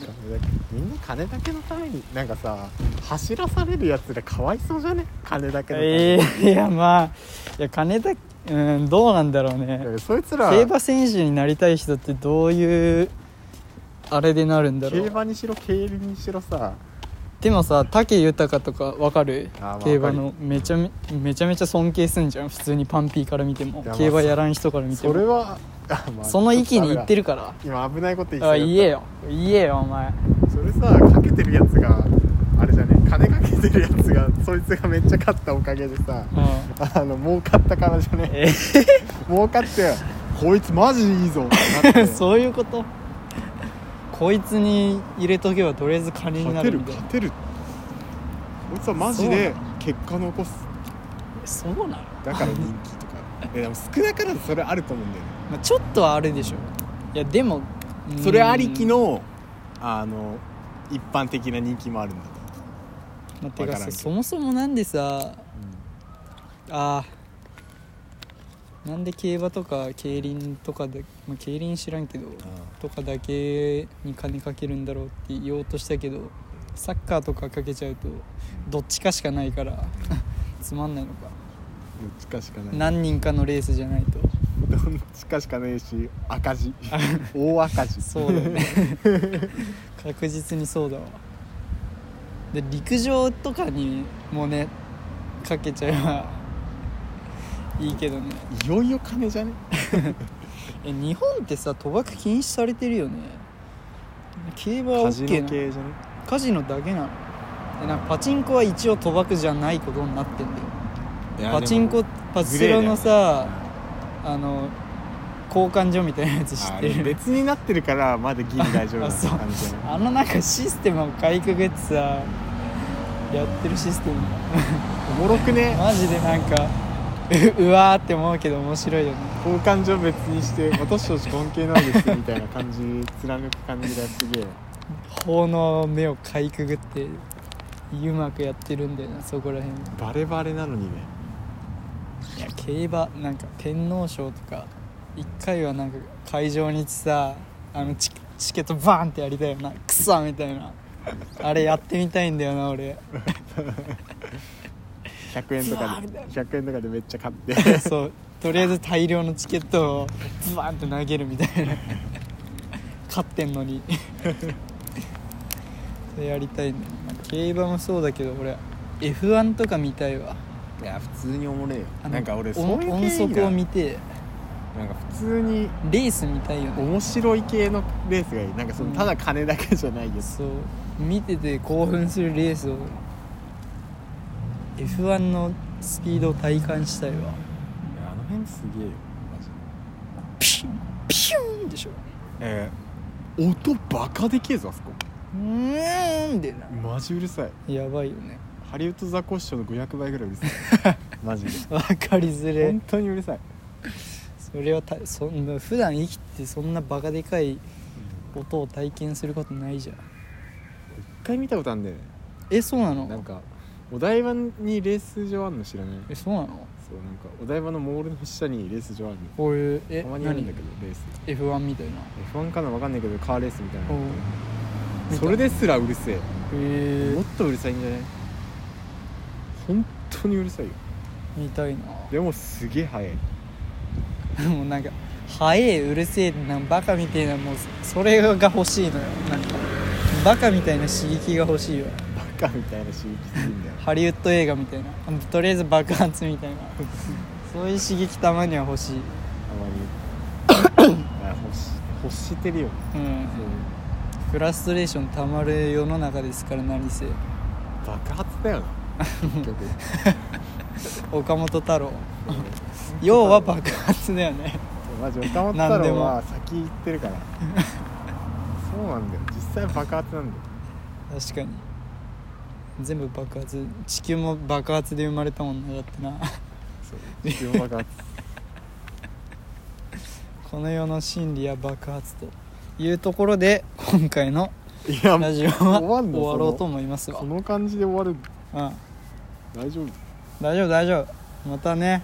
Speaker 3: みんな金だけのためになんかさ走らされるやつらかわいそうじゃね金だけのために、
Speaker 1: えーいやまあいや金だうんどうなんだろうね
Speaker 3: だからそいつら
Speaker 1: 競馬選手になりたい人ってどういうあれでなるんだろ
Speaker 3: 競
Speaker 1: う
Speaker 3: 馬にしろ競輪にしろさ
Speaker 1: でもさ武豊とかわかる
Speaker 3: あーまあ
Speaker 1: 競馬のめちゃめめちゃめちゃ尊敬すんじゃん普通にパンピーから見ても
Speaker 3: いやまあ
Speaker 1: 競馬やらん人から見て
Speaker 3: そ
Speaker 1: も
Speaker 3: れ
Speaker 1: そ
Speaker 3: はあ、 まあ
Speaker 1: の域に行って
Speaker 3: る
Speaker 1: るから
Speaker 3: 今危ないこと言い
Speaker 1: あ
Speaker 3: そう
Speaker 1: 言
Speaker 3: だ
Speaker 1: え
Speaker 3: っ
Speaker 1: よ言えよお 前
Speaker 3: たそれさかけてるやつがあれじゃね金かけてるやつがそいつがめっちゃ勝ったおかげでさ
Speaker 1: うん
Speaker 3: あの儲かったからじゃね
Speaker 1: え
Speaker 3: 儲かってこいつマジいい ぞってなって
Speaker 1: そういうことこいつに入れとけばとりあえず金にな
Speaker 3: 勝
Speaker 1: る
Speaker 3: てる
Speaker 1: みたいな
Speaker 3: 勝てるこいつはマジで結果残す
Speaker 1: そうなの、ま
Speaker 3: だから人気とかえでも少なからずそれあると思うんだよね
Speaker 1: あ、ちょっとはあるでしょいやでもうん
Speaker 3: それありきのあの一般的な人気もあるんだと思う
Speaker 1: まあて
Speaker 3: わ
Speaker 1: か
Speaker 3: か
Speaker 1: さ
Speaker 3: らんけど
Speaker 1: そもそもなんでさ、あーなんで競馬とか競輪とかで、まあ、競輪知らんけどとかだけに金かけるんだろうって言おうとしたけどサッカーとかかけちゃうとどっちかしかないから つまんないのか
Speaker 3: どっちかしかない
Speaker 1: 何人かのレースじゃないと
Speaker 3: どっちかしかねえし赤 字大赤字
Speaker 1: そうだよね確実にそうだわで陸上とかにもねかけちゃえばいいけどね
Speaker 3: いよいよ金じゃね
Speaker 1: え日本ってさ賭博禁止されてるよね競馬は
Speaker 3: カジ
Speaker 1: OK
Speaker 3: ノ
Speaker 1: な
Speaker 3: 系じゃね
Speaker 1: カジノだけなのでなんかパチンコは一応賭博じゃないことになってんだよ
Speaker 3: いや
Speaker 1: パチン
Speaker 3: で
Speaker 1: コ
Speaker 3: も
Speaker 1: パチスロのさ
Speaker 3: グレーだよね
Speaker 1: あの交換所みたいなやつ知
Speaker 3: あ
Speaker 1: っ
Speaker 3: れ
Speaker 1: てる
Speaker 3: 別になってるからまだギリ大丈夫
Speaker 1: あ
Speaker 3: な
Speaker 1: そう
Speaker 3: 感じじゃない
Speaker 1: あのなんかシステムをかいくぐってさやってるシステム
Speaker 3: おもろくね
Speaker 1: マジでなんかううわーって思うけど面白いよね
Speaker 3: 交換所別にして私たち関係ないですみたいな感じ貫く感じがすげえ
Speaker 1: 法の目をかいくぐってうまくやってるんだよなそこら辺い
Speaker 3: バレバレなのにね
Speaker 1: や競馬なんか天皇賞とか一回はなんか会場にさあのチチケットバーンってやりたいよなクソみたいなあれやってみたいんだよな俺
Speaker 3: 100円と
Speaker 1: うわ
Speaker 3: か
Speaker 1: ーみ
Speaker 3: で
Speaker 1: たいな
Speaker 3: 100円とかでめっちゃ買っ て
Speaker 1: そうとりあえず大量のチケットをズバーンと投げるみた いな勝ってんのに それやりたいね、まあ競馬もそうだけど俺 F1 とか見たいわ
Speaker 3: いや普通におもれえよ
Speaker 1: あの
Speaker 3: なんか俺
Speaker 1: お
Speaker 3: そういう
Speaker 1: 音
Speaker 3: 系いい
Speaker 1: 速
Speaker 3: な
Speaker 1: を見て
Speaker 3: なんか普通に
Speaker 1: レース見たいよね
Speaker 3: 面白い系のレースがいいなんかその
Speaker 1: うん
Speaker 3: ただ金だけじゃないやつ、
Speaker 1: そう見てて興奮するレースを F1 のスピードを体感したいわ
Speaker 3: いやあの辺すげえよマジで
Speaker 1: ピュンピュンでしょ
Speaker 3: えー、音バカでけえぞあそこ
Speaker 1: うーんってな
Speaker 3: マジうるさい
Speaker 1: やばいよね
Speaker 3: ハリウッドザコシショウの500倍ぐらいうるさい マジで
Speaker 1: わかりづれえ
Speaker 3: 本当にうるさい
Speaker 1: それはたそんな普段生きてそんなバカでかい音を体験することないじゃん
Speaker 3: 一回見たことあんだよね
Speaker 1: えそうなの
Speaker 3: なんかお台場にレース場あんの知らない
Speaker 1: えそうなの
Speaker 3: そうなんかお台場のモールの下にレース場あるの
Speaker 1: こういうえ
Speaker 3: たまにあるんだ
Speaker 1: 何
Speaker 3: けどレース
Speaker 1: F1 みたいな
Speaker 3: F1 かなわかんないけどカーレースみたいなの
Speaker 1: おう見た
Speaker 3: それですらうるせえ
Speaker 1: え
Speaker 3: もっとうるさいんじゃない本当にうるさいよ
Speaker 1: ー、見たいな
Speaker 3: でもすげえ速い
Speaker 1: もうなん か「早えうるせえ」なんバカみたいなもうそれが欲しいのよなんかバカみたいな刺激が欲しいわ
Speaker 3: バカみたいな刺激するんだよ
Speaker 1: ハリウッド映画みたいなとりあえず爆発みた いなそういう刺激たまには欲しい
Speaker 3: たま にあ欲し欲してるよね
Speaker 1: うんフラストレーションたまる世の中ですから何せ
Speaker 3: 爆発だよな結 局
Speaker 1: 岡本太郎要は爆発だよね
Speaker 3: マジ岡本太郎は先行って るからそうなんだよ実際爆発なんだ よ
Speaker 1: 確かに全部爆発地球も爆発で生まれたもんなだってな
Speaker 3: そう地球爆発
Speaker 1: この世の真理や爆発というところで今回の
Speaker 3: いや
Speaker 1: ラジオは
Speaker 3: 終わん
Speaker 1: 終
Speaker 3: の
Speaker 1: わろうと思います
Speaker 3: その
Speaker 1: わ、
Speaker 3: こ
Speaker 1: うん、
Speaker 3: の感じで終わる
Speaker 1: 大
Speaker 3: 大丈夫
Speaker 1: 丈夫大丈夫またね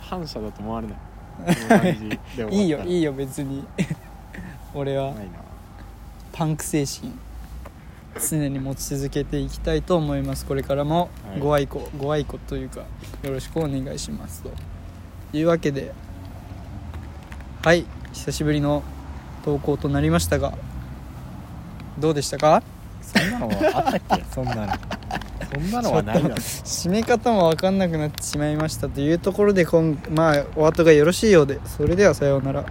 Speaker 3: 反射だと思われ ないこの感じで終わったら
Speaker 1: いいよい
Speaker 3: い
Speaker 1: いよ別に 俺は
Speaker 3: ないな
Speaker 1: パンク精神常に持ち続けていきたいと思いますこれからも
Speaker 3: はい
Speaker 1: ご愛顧、ご愛顧というかよろしくお願いしますというわけではい久しぶりの投稿となりましたがどうでしたか
Speaker 3: そんなのはあったっけそんなのそんなのはないだろ
Speaker 1: 締め方も分かんなくなってしまいましたというところで今まあお後がよろしいようでそれではさようなら